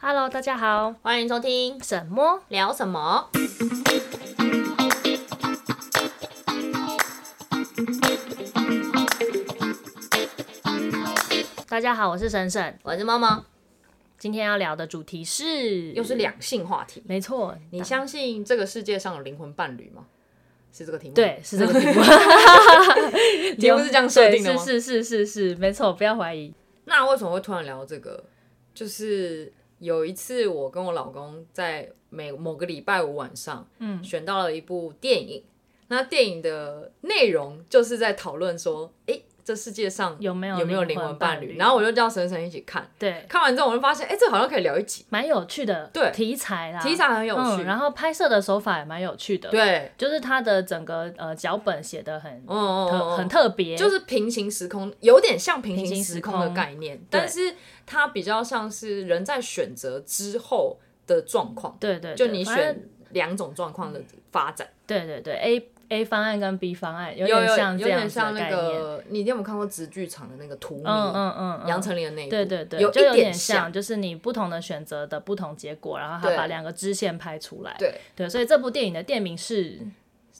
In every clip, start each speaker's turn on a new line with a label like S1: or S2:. S1: Hello，大家好，
S2: 欢迎收听
S1: 什么？
S2: 聊什么？
S1: 大家好，我是沈沈。
S2: 我是猫猫，
S1: 今天要聊的主题是，
S2: 又是两性话题。
S1: 没错，
S2: 你 相信这个世界上有灵魂伴侣吗？是这个题目。，
S1: 对，是这 个题目，
S2: 题目是这样设定的吗？
S1: 对是是是是是，没错，不要怀疑。
S2: 那为什么会突然聊这个？就是有一次我跟我老公在每某个礼拜五晚上，
S1: 嗯，
S2: 选到了一部电影。那电影的内容就是在讨论说，诶，这世界上
S1: 有没有
S2: 有没有
S1: 灵
S2: 灵
S1: 魂
S2: 魂
S1: 伴
S2: 伴侣？
S1: 侣
S2: 然后我就叫沈沈一起看，
S1: 对，
S2: 看完之后我就发现，诶，这好像可以聊一集，
S1: 蛮有趣的，
S2: 对
S1: 题材啦，
S2: 题材很有趣。
S1: 嗯，然后拍摄的手法也蛮有趣的，，
S2: 对，
S1: 就是它的整个呃脚本写的很
S2: 嗯嗯嗯
S1: 特
S2: 嗯
S1: 很特别，
S2: 就是平行时空，有点像平
S1: 平
S2: 行
S1: 行
S2: 时
S1: 时
S2: 空的
S1: 空
S2: 概念，但是它比较像是人在选择之后的状况，
S1: 对对，对
S2: 就你
S1: 反正
S2: 选两种状况的发展，
S1: 对对对，A A 方案跟 B 方案有
S2: 有
S1: 点
S2: 有
S1: 像
S2: 有
S1: 这样
S2: 点
S1: 子的
S2: 像那
S1: 概念。
S2: 个，你有没有看过直剧场的那个荼
S1: 嗯
S2: 蘼，
S1: 嗯嗯，嗯
S2: 杨丞琳的那一部？
S1: 对对对，
S2: 有
S1: 就有
S2: 一
S1: 点
S2: 点
S1: 像，。就是你不同的选择的不同结果，然后他
S2: 对
S1: 把两个支线拍出来。
S2: 对，
S1: 对，所以这部电影的店名是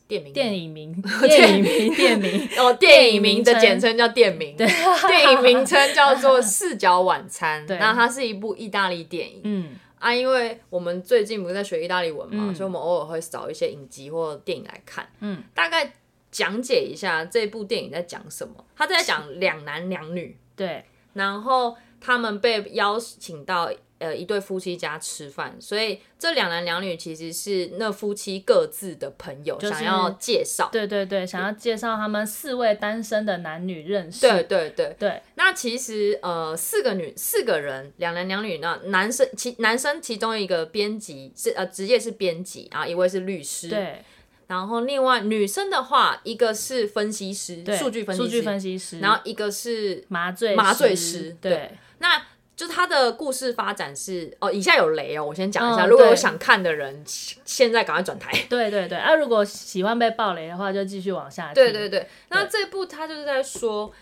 S2: 店名
S1: 电影 名，电影名，店名。
S2: 哦，电影名的简称叫店名，对，电影名称叫做《四角晚餐》
S1: 对，
S2: 那它是一部意大利电影，
S1: 嗯，
S2: 啊，因为我们最近不是在学意大利文嘛，
S1: 嗯
S2: 所以我们偶尔会找一些影集或电影来看。
S1: 嗯，
S2: 大概讲解一下这部电影在讲什么。他在讲两男两女，
S1: 对，
S2: 然后他们被邀请到呃一对夫妻家吃饭，所以这两男两女其实是那夫妻各自的朋友、
S1: 就是
S2: 想要介绍。
S1: 对对对，想要介绍他们四位单身的男女认识。
S2: 对对对，
S1: 对
S2: 那其实呃，四个女四个人，两男两女。那男生其男生其中一个编辑是呃职业是编辑，然后一位是律师，
S1: 对
S2: 然后另外女生的话，一个是分析师，
S1: 对，
S2: 数据分析师，
S1: 数据分析师，
S2: 然后一个是
S1: 麻醉
S2: 麻醉
S1: 师
S2: 师，
S1: 对
S2: 那。就他的故事发展是哦，以下有雷哦，我先讲一下。
S1: 嗯
S2: 如果有
S1: 对
S2: 想看的人，现在赶 快转台。
S1: 对对对。啊，如果喜欢被暴雷的话，就继续往下听。
S2: 对对对， 那这部他就是在说，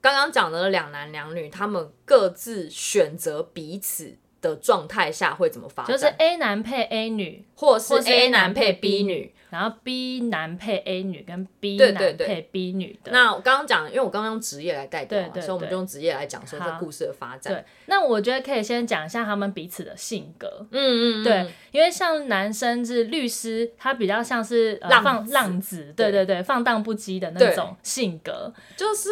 S2: 刚刚讲的两男两女，他们各自选择彼此的状态下会怎么发展，
S1: 就是 A 男配 A 女，
S2: 或是
S1: 或是
S2: A 男配 B 女。
S1: 然后 B 男配 A 女跟 B
S2: 对
S1: 男
S2: 对对
S1: 配 B 女的。
S2: 那我刚刚讲，因为我刚刚用职业来代表嘛，
S1: 对对
S2: 所以我们
S1: 对
S2: 就用职业来讲说这
S1: 好
S2: 故事的发展。
S1: 对，那我觉得可以先讲一下他们彼此的性格。
S2: 嗯嗯，嗯
S1: 对，因为像男生是律师，他比较像是、呃、
S2: 浪
S1: 放
S2: 子
S1: 浪子，对对对，放荡不羁的那
S2: 对
S1: 种性格，
S2: 就是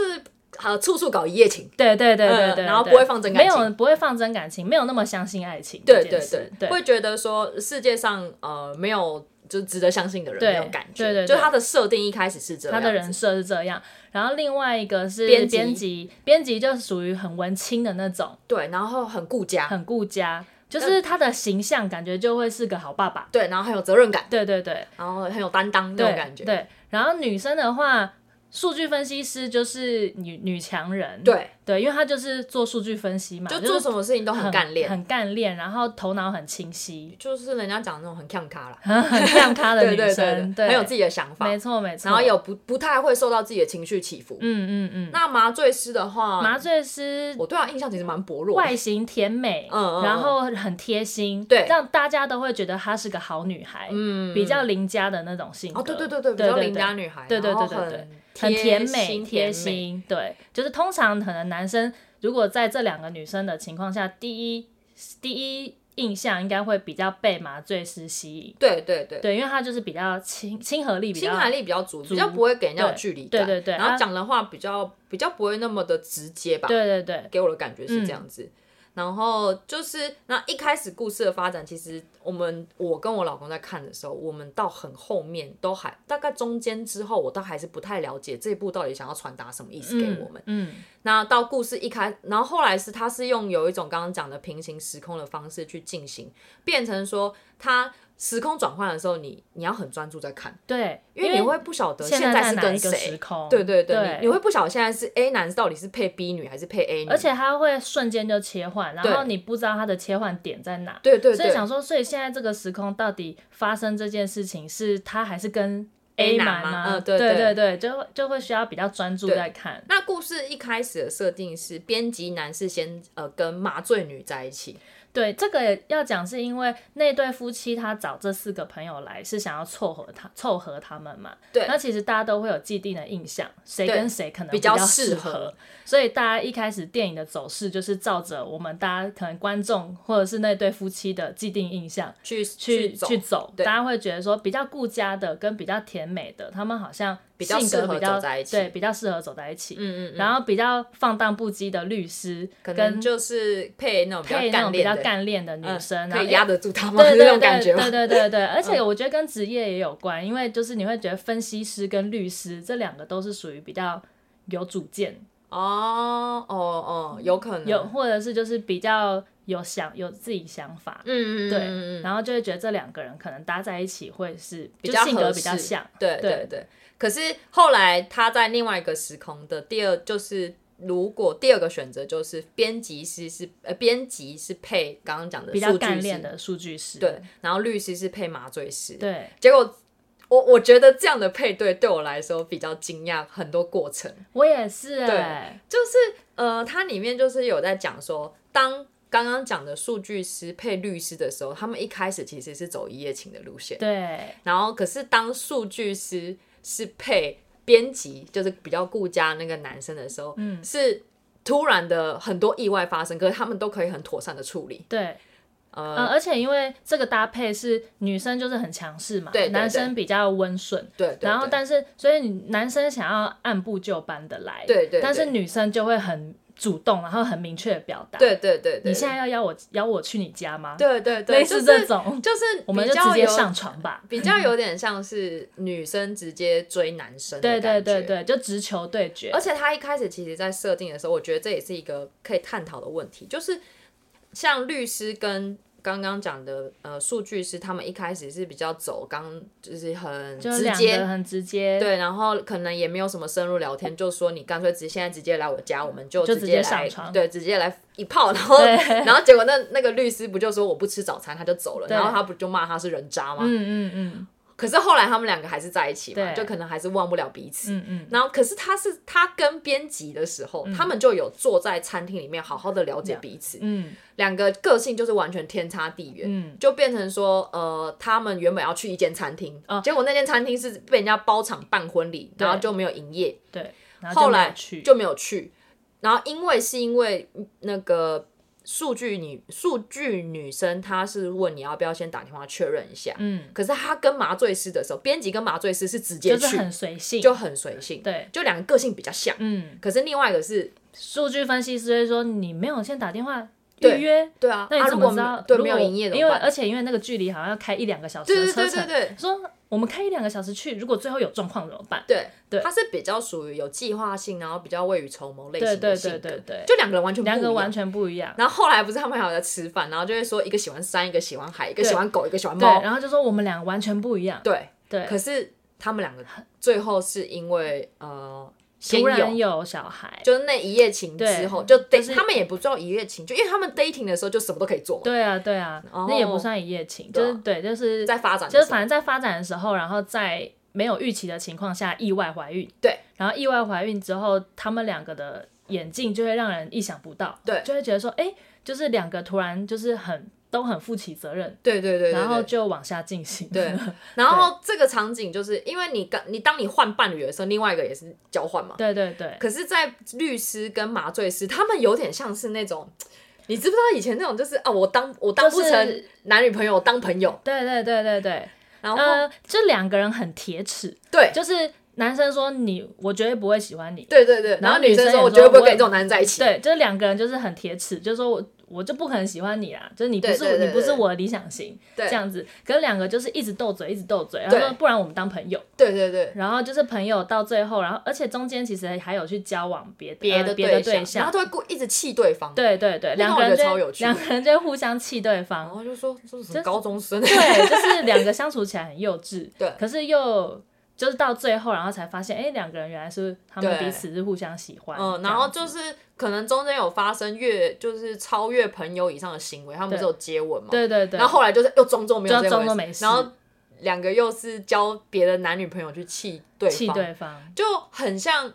S2: 呃，处处搞一夜情，
S1: 对对对对
S2: 嗯
S1: 对，
S2: 然后
S1: 对
S2: 不会放真感
S1: 没
S2: 情
S1: 有不会放真感情，没有那么相信爱情这
S2: 对
S1: 件
S2: 对
S1: 事，
S2: 对，
S1: 对
S2: 会觉得说世界上呃没有就值得相信的人
S1: 对
S2: 那种感觉，
S1: 对对对
S2: 就他的设定一开始是这样
S1: 他
S2: 子，
S1: 的人设是这样，然后另外一个是
S2: 编辑
S1: 编辑，编辑就是属于很文青的那种，
S2: 对，然后很顾家，
S1: 很顾家，就是他的形象感觉就会是个好爸爸。
S2: 对，然后很有责任感，
S1: 对对对，
S2: 然后很有担当那
S1: 对
S2: 种感觉，
S1: 对，然后女生的话，数据分析师就是女女强人，
S2: 对
S1: 对，因为她就是做数据分析嘛，
S2: 就
S1: 就
S2: 做
S1: 是
S2: 什么事情都很干练，
S1: 很干练，然后头脑很清晰，
S2: 就是人家讲那种很看咖啦，
S1: 很很像她的
S2: 对
S1: 女
S2: 对
S1: 生，
S2: 对对，很有自
S1: 己，
S2: 己的想法，
S1: 没错没错。
S2: 然后，有不不太会受到自己的情绪起伏。
S1: 嗯嗯嗯，
S2: 那麻醉师的话，
S1: 麻醉师
S2: 我对他印象其实蛮薄弱的，
S1: 外形甜美，
S2: 嗯嗯嗯
S1: 然后很贴心，
S2: 对
S1: 让大家都会觉得她是个好女孩，
S2: 嗯
S1: 比较邻家的那种性格。
S2: 哦，对对对对，比
S1: 对
S2: 较
S1: 对
S2: 邻家女孩，
S1: 对对对对对，很甜美、贴，
S2: 贴
S1: 心。对，就是通常可能男生如果在这两个女生的情况下，第一第一印象应该会比较被麻醉师吸引，
S2: 对对对，
S1: 对，因为他就是比较亲亲和力比
S2: 亲
S1: 较
S2: 和力比较足，比较不会给人家有
S1: 对
S2: 距离
S1: 对
S2: 感，
S1: 对对
S2: 然
S1: 啊
S2: 后讲的话比较比较不会那么的直接吧，
S1: 对对对
S2: 给我的感觉是
S1: 嗯
S2: 这样子。然后就是那一开始故事的发展，其实我们我跟我老公在看的时候，我们到很后面都还大概中间之后，我倒还是不太了解这一部到底想要传达什么意思给我们。
S1: 嗯，
S2: 那到故事一开，然后后来是他是用有一种刚刚讲的平行时空的方式去进行，变成说他时空转换的时候你，你要很专注在看，
S1: 对，
S2: 因为你会不晓得
S1: 现
S2: 在
S1: 在
S2: 是
S1: 哪
S2: 跟
S1: 一个时
S2: 谁。
S1: 空？
S2: 对对对，
S1: 对
S2: 你你会不晓得现在是 A 男到底是配 B 女还是配 A 女，
S1: 而且他会瞬间就切换，然后
S2: 对
S1: 你不知道他的切换点在哪。
S2: 对对
S1: 所以
S2: 对，
S1: 想说，所以现在这个时空到底发生这件事情，是他还是跟
S2: A
S1: 男
S2: 男吗
S1: 吗？
S2: 嗯对
S1: 对
S2: 对
S1: 对，就会就会需要比较专注
S2: 对
S1: 在看。
S2: 那故事一开始的设定是编辑男是先呃跟麻醉女在一起，
S1: 对，这个也要讲，是因为那对夫妻他找这四个朋友来是想要凑合他凑合他们嘛。
S2: 对
S1: 那其实大家都会有既定的印象，谁
S2: 对
S1: 跟谁可能
S2: 比较
S1: 较
S2: 适合
S1: 合。所以大家一开始电影的走势就是照着我们大家可能观众或者是那对夫妻的既定印象
S2: 去
S1: 去
S2: 走
S1: 去走，
S2: 对
S1: 大家会觉得说比较顾家的跟比较甜美的，他们好像
S2: 比较
S1: 性
S2: 适
S1: 格
S2: 合
S1: 比较
S2: 走在一起
S1: 对，比较适合走在一起。
S2: 嗯嗯嗯，
S1: 然后比较放荡不羁的律师，
S2: 可能
S1: 跟
S2: 就是配那种比较
S1: 配那
S2: 干
S1: 种比
S2: 练
S1: 较
S2: 的，
S1: 干练的女生，然
S2: 嗯可
S1: 后哎
S2: 以压得住他吗？
S1: 对
S2: 那
S1: 对
S2: 种感
S1: 对
S2: 觉吗嗯
S1: 对？对对对，而且我觉得跟职业也有关，因为就是你会觉得分析师跟律师这两个都是属于比较有主见，
S2: 哦哦哦，有可能
S1: 嗯有或者是就是比较有想有自己想法，
S2: 嗯嗯嗯
S1: 对
S2: 嗯嗯
S1: 然后就会觉得这两个人可能搭在一起会是
S2: 比
S1: 就
S2: 较
S1: 性格
S2: 合
S1: 比较
S2: 适
S1: 像，
S2: 对
S1: 对
S2: 对对。可是后来他在另外一个时空的第二就是。如果第二个选择就是编辑师是呃编辑是配刚刚讲的
S1: 比较
S2: 数据
S1: 干
S2: 师
S1: 练的数据师，
S2: 对，然后律师是配麻醉师，
S1: 对，
S2: 结果我我觉得这样的配对对我来说比较惊讶，很多过程
S1: 我也是
S2: 对
S1: 哎、
S2: 就是呃，它里面就是有在讲说，当刚刚讲的数据师配律师的时候，他们一开始其实是走一夜情的路线，
S1: 对
S2: 然后可是当数据师是配编辑，就是比较顾家那个男生的时候，
S1: 嗯
S2: 是。突然的很多意外发生，可是他们都可以很妥善的处理。
S1: 对，呃，
S2: 呃，
S1: 而且因为这个搭配是女生就是很强势嘛，
S2: 对对
S1: 男
S2: 对
S1: 生比较温顺，
S2: 对对
S1: 然后
S2: 对
S1: 但是所以你男生想要按部就班的来，
S2: 对对
S1: 但是
S2: 对
S1: 女生就会很主动，然后很明确的表达，
S2: 对对对对对，
S1: 你现在要邀我邀我去你家吗？，
S2: 对对对，
S1: 类
S2: 就
S1: 似
S2: 是
S1: 这种，
S2: 就是
S1: 我们就
S2: 比较
S1: 直接
S2: 有
S1: 上床吧。
S2: 比较有点像是女生直接追男生，
S1: 对对对。对，就直球对决
S2: 而，且他一开始其实在设定的时候，我觉得这也是一个可以探讨的问题，就是像律师跟刚刚讲的呃数据师，他们一开始是比较走刚就是很
S1: 就
S2: 直
S1: 两个
S2: 接。
S1: 很直接，
S2: 对，然后可能也没有什么深入聊天，就说你干脆直现在直接来我家，我们就
S1: 就
S2: 直
S1: 直
S2: 接
S1: 接
S2: 来
S1: 上床
S2: 对，直接来一炮，然后 然后结果那那个律师不就说我不吃早餐，他就走了，
S1: 对
S2: 然后他不就骂他是人渣吗？
S1: 嗯嗯嗯
S2: 可是后来他们两个还是在一起嘛，
S1: 对
S2: 就可能还是忘不了彼此。
S1: 嗯嗯，
S2: 然后，可是他是他跟编辑的时候，他们就有坐在餐厅里面好好的了解彼此，
S1: 嗯
S2: 两个个性就是完全天差地远，
S1: 嗯，
S2: 就变成说，呃，他们原本要去一间餐厅，
S1: 哦
S2: 结果那间餐厅是被人家包场办婚礼，
S1: 对
S2: 然后就没有营业，
S1: 对。然
S2: 后
S1: 就没有
S2: 来
S1: 去
S2: 就没有去。然后因为是因为那个数据女数据女生，她是问你要不要先打电话确认一下，
S1: 嗯，
S2: 可是他跟麻醉师的时候，编辑跟麻醉师是直接
S1: 就
S2: 去，
S1: 是很随性，
S2: 就很随性，
S1: 对，
S2: 就两个个性比较像。
S1: 嗯，
S2: 可是另外一个是，
S1: 数据分析师会说你没有先打电话预
S2: 对
S1: 约，
S2: 对啊，
S1: 那你
S2: 啊
S1: 怎
S2: 如
S1: 么
S2: 果
S1: 知道？
S2: 对
S1: 如
S2: 没有
S1: 果
S2: 营业怎
S1: 因
S2: 么
S1: 为
S2: 办？
S1: 而且因为那个距离好像要开一两个小时
S2: 对
S1: 的
S2: 对
S1: 车
S2: 对
S1: 程，
S2: 对对
S1: 说我们开一两个小时去，如果最后有状况怎么办？
S2: 对
S1: 呃对
S2: 他是比较属于有计划性，然后比较未雨绸缪类
S1: 对
S2: 型
S1: 对
S2: 的性
S1: 对
S2: 格，
S1: 对对，
S2: 就两个人完全不一
S1: 两
S2: 样
S1: 个完。全不一样。
S2: 然后后来不是他们还有在吃饭，然后就会说一个喜欢山，一个喜欢海，一个
S1: 对
S2: 喜欢狗，一个喜欢
S1: 对，
S2: 猫，
S1: 然后就说我们俩完全不一样。
S2: 对。
S1: 对，
S2: 可是他们两个最后是因为呃，先
S1: 突然
S2: 有。
S1: 有小孩，
S2: 就是那一夜情之后，就
S1: 对
S2: d
S1: 就是
S2: 他们也不叫一夜情，就因为他们 dating 的时候就什么都可以做嘛。
S1: 对啊对啊，
S2: 哦
S1: 那也不算一夜情，
S2: 对啊
S1: 就是对，就是
S2: 在发展的
S1: 就是
S2: 时候
S1: 反正在发展的时候，然后在没有预期的情况下意外怀孕，
S2: 对，
S1: 然后意外怀孕之后，他们两个的眼镜就会让人意想不到，
S2: 对
S1: 就会觉得说，哎、就是两个突然就是很都很负起责任，
S2: 对对对对对
S1: 然后就往下进行，
S2: 对，然后这个场景就是因为你刚你当你换伴侣的时候，另外一个也是交换嘛。
S1: 对对对，
S2: 可是，在律师跟麻醉师，他们有点像是那种，你知不知道以前那种就是啊，我当我当不
S1: 就
S2: 成
S1: 是
S2: 男女朋友，我当朋友，
S1: 对对对对对，
S2: 然后、
S1: 呃，这两个人很铁齿，
S2: 对
S1: 就是男生说你，我绝对不会喜欢你，
S2: 对对对，
S1: 然
S2: 然
S1: 后
S2: 后
S1: 女
S2: 女
S1: 生
S2: 生
S1: 也
S2: 说，
S1: 说
S2: 我绝对不会
S1: 我
S2: 跟你这种男人在一起。
S1: 对，就是两个人就是很铁齿，就是说我我就不可能喜欢你啦，就是你不是
S2: 对对对
S1: 你不是
S2: 对
S1: 我的理想型
S2: 对
S1: 这样子。可是两个就是一直斗嘴，一直斗嘴，然后
S2: 对
S1: 说不然我们当朋友，
S2: 对对对，
S1: 然后就是朋友到最后，然后而且中间其实还有去交往别的
S2: 别
S1: 呃
S2: 的
S1: 别的
S2: 对
S1: 对
S2: 然后都会故一直气对方，
S1: 对对对，
S2: 那
S1: 两
S2: 我
S1: 个
S2: 觉
S1: 人
S2: 得
S1: 就
S2: 超
S1: 会
S2: 有趣哦
S1: 两个人就会互相气对
S2: 然
S1: 方，
S2: 后就说这是什
S1: 就
S2: 么高中生？
S1: 对，就是两个相处起来很幼稚，
S2: 对
S1: 可是又。就是到最后，然后才发现，哎、两个人原来是他们
S2: 对
S1: 彼此是互相喜欢。
S2: 嗯，
S1: 这
S2: 然
S1: 样
S2: 后
S1: 子
S2: 就是可能中间有发生越就是超越朋友以上的行为，他们不是
S1: 对
S2: 有接吻嘛？
S1: 对对对，
S2: 然后后来就是又装作没有
S1: 就
S2: 这回
S1: 装作没事
S2: 然后两个又是交别的男女朋友去气对方，
S1: 气对方，
S2: 就很像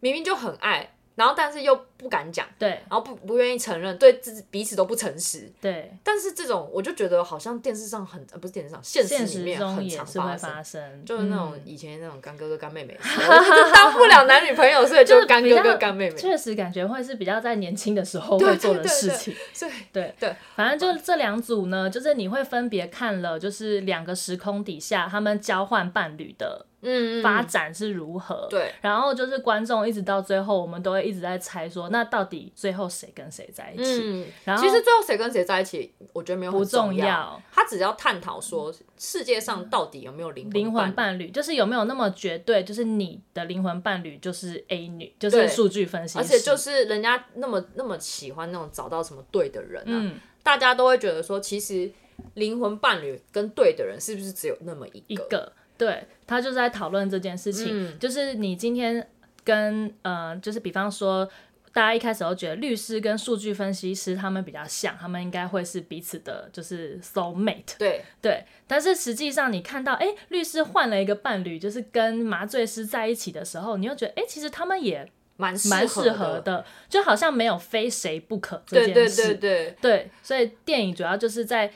S2: 明明就很爱，然后但是又不敢讲，
S1: 对
S2: 然后不不愿意承认，对自己彼此都不诚实。
S1: 对，
S2: 但是这种我就觉得好像电视上很呃不是电视上，现
S1: 现
S2: 实里
S1: 实
S2: 面
S1: 中
S2: 很
S1: 也
S2: 常
S1: 是会
S2: 生。
S1: 发生，
S2: 就是那种
S1: 嗯
S2: 以前那种干哥哥干妹妹的事，我就是当不了男女朋 友，所以
S1: 就是
S2: 就干
S1: 比
S2: 哥
S1: 较
S2: 哥干妹妹。
S1: 确实感觉会是比较在年轻的时候
S2: 对
S1: 会做的
S2: 对对
S1: 事
S2: 对
S1: 情。
S2: 所以
S1: 对
S2: 对，
S1: 反正就这两组呢，就是你会分别看了，就是两个时空底下他们交换伴侣的
S2: 嗯，嗯
S1: 发展是如何。
S2: 对
S1: 然后就是观众一直到最后，我们都会一直在猜说，那到底最后谁跟谁在一起？
S2: 嗯，
S1: 然后
S2: 其实最后谁跟谁在一起，我觉得没有很
S1: 不重
S2: 要，
S1: 要，
S2: 他只要探讨说世界上到底有没有灵
S1: 嗯灵魂
S2: 魂伴
S1: 伴侣就是有没有那么绝对，就是你的灵魂伴侣就是 A 女，就
S2: 对
S1: 是数据分析
S2: 侣，
S1: 师，
S2: 而且就是人家那么那么喜欢那种找到什么对的人啊，
S1: 嗯
S2: 大家都会觉得说，其实灵魂伴侣跟对的人是不是只有那么一
S1: 一
S2: 个？
S1: 个，对他就是在讨论这件事情，
S2: 嗯
S1: 就是你今天跟呃，就是比方说。大家一开始都觉得律师跟数据分析师他们比较像，他们应该会是彼此的，就是 soul mate。
S2: 对，
S1: 对，但是实际上你看到，哎，律师换了一个伴侣，就是跟麻醉师在一起的时候，你又觉得，哎，其实他们也
S2: 蛮适
S1: 蛮适合
S2: 合。
S1: 的，就好像没有非谁不可这
S2: 对
S1: 件
S2: 对
S1: 事。
S2: 对对，
S1: 对所以电影主要就是在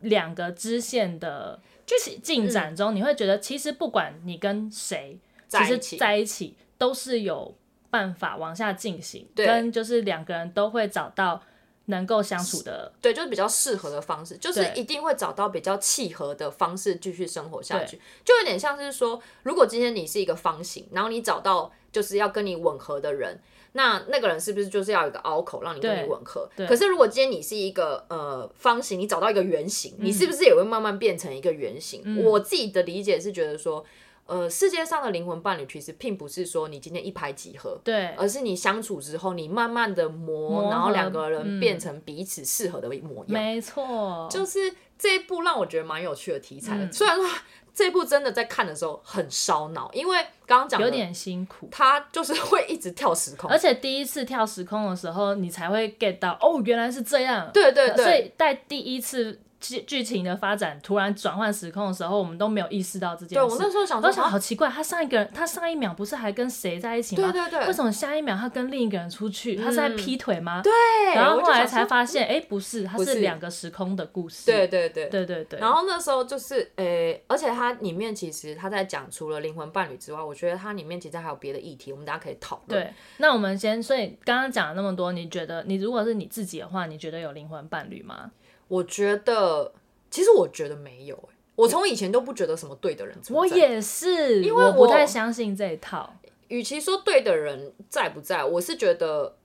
S1: 两个支线的进进展中，你会觉得其实不管你跟谁，其
S2: 在一
S1: 实
S2: 起
S1: 在一起都是有办法往下进行，
S2: 对
S1: 跟就是两个人都会找到能够相处的
S2: 对，就是比较适合的方式，就是
S1: 对
S2: 一定会找到比较契合的方式继续生活下
S1: 对
S2: 去，就有点像是说，如果今天你是一个方形，然后你找到就是要跟你吻合的人，那那个人是不是就是要有一个凹口让你跟
S1: 对
S2: 你吻合？
S1: 对
S2: 可是如果今天你是一个呃方形，你找到一个圆形，你是不
S1: 嗯
S2: 是也会慢慢变成一个圆形？我自己的理解是觉得说，呃，世界上的灵魂伴侣其实并不是说你今天一拍即合，
S1: 对
S2: 而是你相处之后，你慢慢的磨，
S1: 磨合
S2: 然后两个人
S1: 嗯
S2: 变成彼此适合的模样。
S1: 没错，
S2: 就是这一部让我觉得蛮有趣的题
S1: 嗯
S2: 材，虽然说这一部真的在看的时候很烧脑，因为刚刚讲的
S1: 有点辛苦。
S2: 他就是会一直跳时空
S1: 而，且第一次跳时空的时候，你才会 get 到哦，原来是这样。呃
S2: 对对
S1: 所
S2: 对，
S1: 以在第一次剧剧情的发展突然转换时空的时候，我们都没有意识到这件
S2: 对
S1: 事。
S2: 我那时候想
S1: 我
S2: 说
S1: 都想
S2: 啊
S1: 好奇怪，他上一个人，他上一秒不是还跟谁在一起吗？
S2: 对对对
S1: 为什么下一秒他跟另一个人出去？他是在劈腿吗？对。
S2: 对，
S1: 然
S2: 我
S1: 后
S2: 就
S1: 后来
S2: 想
S1: 才
S2: 说，嗯
S1: 发现，哎、不是，他
S2: 不是
S1: 是两个时空的故事。
S2: 对对对。
S1: 对对对。
S2: 然后那时候就是，诶、而且它里面其实他在讲除了灵魂伴侣之外，我觉得它里面其实还有别的议题，我们大家可以讨论。
S1: 对，那我们先，所以刚刚讲了那么多，你觉得你如果是你自己的话，你觉得有灵魂伴侣吗？
S2: 我觉得，其实我觉得没有、欸，我从以前都不觉得什么对的人存
S1: 我
S2: 在
S1: 也是，
S2: 因为
S1: 我不
S2: 我
S1: 太相信这一套。
S2: 与其说对的人在不在，我是觉得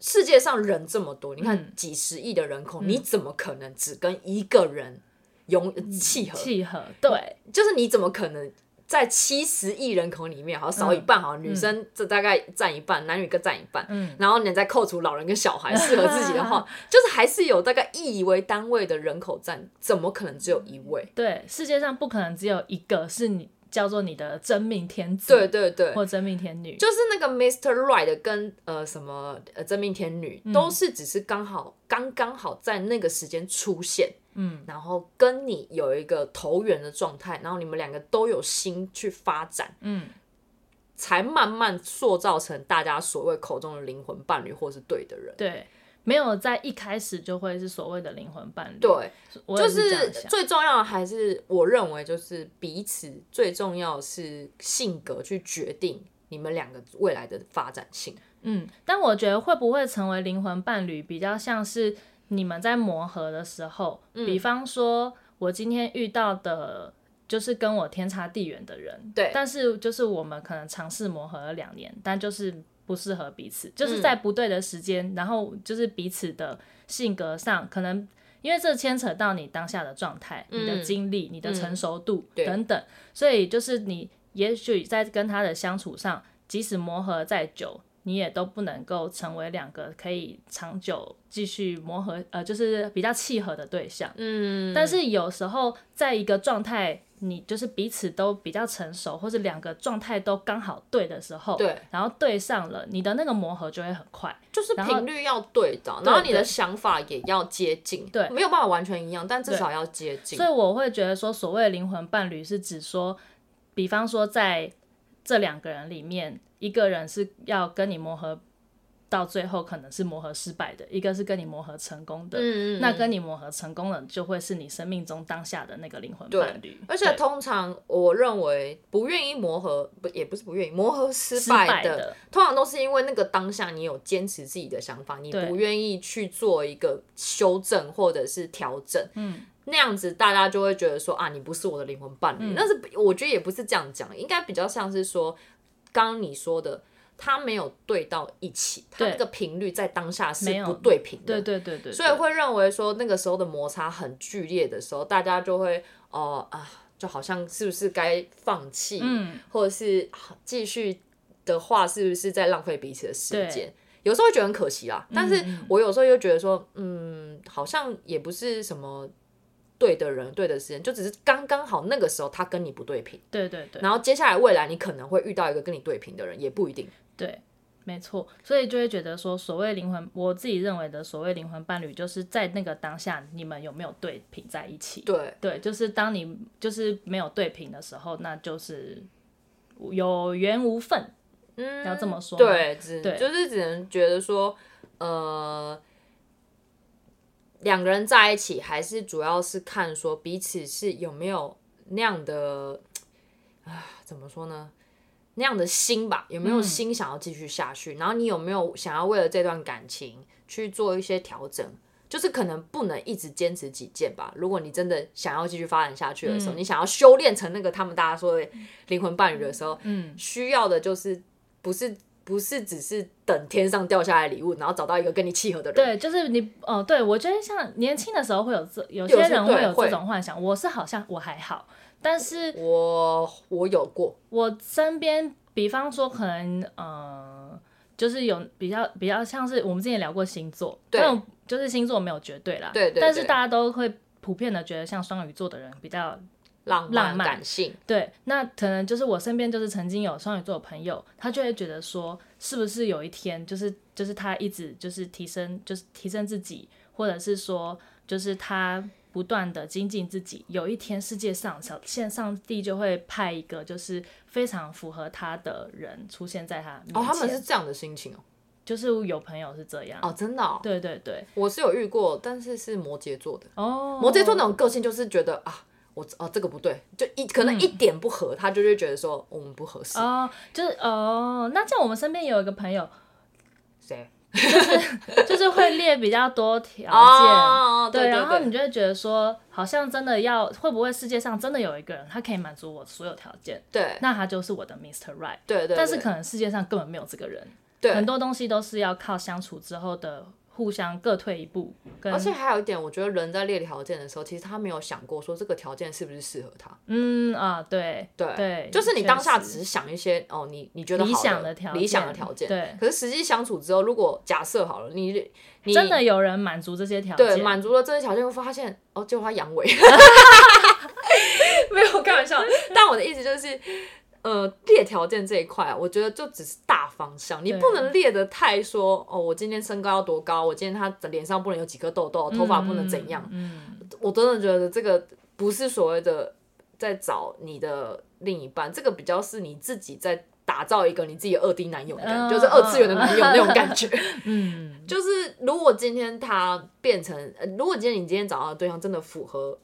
S2: 世界上人这么多，你
S1: 嗯
S2: 看几十亿的人口，你怎么可能只跟一个人永契合？
S1: 嗯契合，对，
S2: 就是你怎么可能在七十亿人口里面，好像少一半，好像女生这大概占一半，男女各占一半。
S1: 嗯，
S2: 然后你再扣除老人跟小孩适合自己 的话，就是还是有大概一以为单位的人口占，怎么可能只有一位？
S1: 对，世界上不可能只有一个是你叫做你的真命天子，
S2: 对对对，
S1: 或真命天女，
S2: 就是那个 Mr. Right 跟呃什么呃真命天女，
S1: 嗯
S2: 都是只是刚好刚刚好在那个时间出现，
S1: 嗯，
S2: 然后跟你有一个投缘的状态，然后你们两个都有心去发展，
S1: 嗯，
S2: 才慢慢塑造成大家所谓口中的灵魂伴侣或是对的人。
S1: 对，没有在一开始就会是所谓的灵魂伴侣，，
S2: 对，
S1: 我也
S2: 就是
S1: 这
S2: 是
S1: 样想，
S2: 最重要的还是我认为就是彼此最重要的是性格去决定你们两个未来的发展性。
S1: 嗯，但我觉得会不会成为灵魂伴侣，比较像是你们在磨合的时候，
S2: 嗯
S1: 比方说我今天遇到的。就是跟我天差地远的人，
S2: 对
S1: 但是就是我们可能尝试磨合了两年，但就是不适合彼此，就是
S2: 嗯
S1: 在不对的时间，然后就是彼此的性格上，可能因为这牵扯到你当下的状态、你的
S2: 嗯
S1: 经历、你的成熟度、
S2: 对
S1: 等等，所以就是你也许在跟他的相处上，即使磨合再久，你也都不能够成为两个可以长久继续磨合，呃，就是比较契合的对象。
S2: 嗯，
S1: 但是有时候在一个状态，你就是彼此都比较成熟，或是两个状态都刚好对的时候，
S2: 对，
S1: 然后对上了，你的那个磨合就会很快。
S2: 就是
S1: 然后
S2: 频率要对的，然后你的
S1: 对
S2: 想法也要接近，
S1: 对
S2: 没有办法完全一样，但至少要接近
S1: 所。以我会觉得说，所谓的灵魂伴侣是指说，比方说在这两个人里面，一个人是要跟你磨合到最后可能是磨合失败的，一个是跟你磨合成功的。
S2: 嗯
S1: 那跟你磨合成功了，就会是你生命中当下的那个灵魂伴侣。
S2: 而且通常我认为不愿意磨合，不也不是不愿意磨合失
S1: 失
S2: 败
S1: 败
S2: 的，
S1: 的
S2: 通常都是因为那个当下你有坚持自己的想法，你
S1: 对
S2: 不愿意去做一个修正或者是调整，嗯，那样子大家就会觉得说啊，你不是我的灵魂伴
S1: 嗯
S2: 侣。但是我觉得也不是这样讲，应该比较像是说，刚刚你说的。他没有对到一起，他
S1: 对
S2: 那个频率在当下是
S1: 没有
S2: 不对频的，
S1: 对对对对对，
S2: 所以会认为说那个时候的摩擦很剧烈的时候，大家就会哦、啊，就好像是不是该放弃，
S1: 嗯，
S2: 或者是啊继续的话，是不是在浪费彼此的时
S1: 对嗯
S2: 间？有时候会觉得很可惜啦，但是我有时候又觉得说，嗯，好像也不是什么对的人、对的时间，就只是刚刚好那个时候他跟你不对频，
S1: 对对对
S2: 然后接下来未来你可能会遇到一个跟你对频的人，也不一定。
S1: 对，没错。所以就会觉得说，所谓灵魂，我自己认为的所谓灵魂伴侣，就是在那个当下，你们有没有对频在一起？
S2: 对，
S1: 对，就是当你就是没有对频的时候，那就是有缘无分，
S2: 嗯
S1: 要这么说吗
S2: 对，只
S1: 对
S2: 就是只能觉得说，呃，两个人在一起还是主要是看说彼此是有没有那样的，啊，怎么说呢？那样的心吧，有没
S1: 嗯
S2: 有心想要继续下去？然后你有没有想要为了这段感情去做一些调整？就是可能不能一直坚持己见吧。如果你真的想要继续发展下去的
S1: 嗯
S2: 时候，你想要修炼成那个他们大家说的灵魂伴侣的时候，
S1: 嗯，
S2: 需要的就是不是不是只是等天上掉下来的礼物，然后找到一个跟你契合的人。
S1: 对，就是你哦，对我觉得像年轻的时候会有这，有
S2: 有
S1: 些
S2: 些
S1: 人会
S2: 对
S1: 有
S2: 会
S1: 这种幻想。我是好像我还好，但是
S2: 我我有过，
S1: 我身边，比方说可能呃，就是有比较比较像是我们之前聊过星座，
S2: 对
S1: 但我就是星座没有绝对啦，
S2: 对对
S1: 但是
S2: 对
S1: 大家都会普遍的觉得像双鱼座的人比较
S2: 浪
S1: 浪漫
S2: 感性，
S1: 对，那可能就是我身边就是曾经有双鱼座的朋友，他就会觉得说，是不是有一天就是就是他一直就是提升就是提升自己，或者是说就是他不断的精进自己，有一天世界上上现上帝就会派一个就是非常符合他的人出现在他面前。
S2: 哦，他们是这样的心情哦，
S1: 就是有朋友是这样，
S2: 哦，真的、哦，
S1: 对对对，
S2: 我是有遇过，但是是摩羯座的，
S1: 哦，
S2: 摩羯座那种个性就是觉得啊。我哦，这个不对，就一可能一点不合，他就会觉得说我们不合适。
S1: 嗯哦，就是哦，那像我们身边有一个朋友，
S2: 谁？
S1: 就是会列比较多条件。
S2: 哦，对
S1: 然后
S2: 对
S1: 你就会觉得说，好像真的要会不会世界上真的有一个人，他可以满足我所有条件，
S2: 对
S1: 那他就是我的 Mr. Right。
S2: 对对，
S1: 但是
S2: 对
S1: 可能世界上根本没有这个人，
S2: 对
S1: 很多东西都是要靠相处之后的互相各退一步，跟
S2: 而且还有一点，我觉得人在列条件的时候，其实他没有想过说这个条件是不是适合他。
S1: 嗯啊，对
S2: 对
S1: 对，
S2: 就是你当下
S1: 确
S2: 只
S1: 实
S2: 是想一些哦，你你觉得好
S1: 理想
S2: 的
S1: 的条
S2: 理想的条件，
S1: 对，
S2: 可是实际相处之后，如果假设好了，你你
S1: 真的有人满足这些条件，
S2: 对 满足了这些条件，会发现哦，结果他阳痿， 没有开玩笑。但我的意思就是，呃，列条件这一块啊，我觉得就只是大方向，你
S1: 对
S2: 不能列的太说哦，我今天身高要多高，我今天他的脸上不能有几颗痘痘，头发不能怎样。
S1: 嗯，嗯
S2: 我真的觉得这个不是所谓的在找你的另一半，这个比较是你自己在打造一个你自己的二 D 男友的感
S1: 嗯
S2: 觉，就是二次元的男友那种感觉。
S1: 嗯，
S2: 就是如果今天他变成，呃如果今天你今天找到的对象真的符合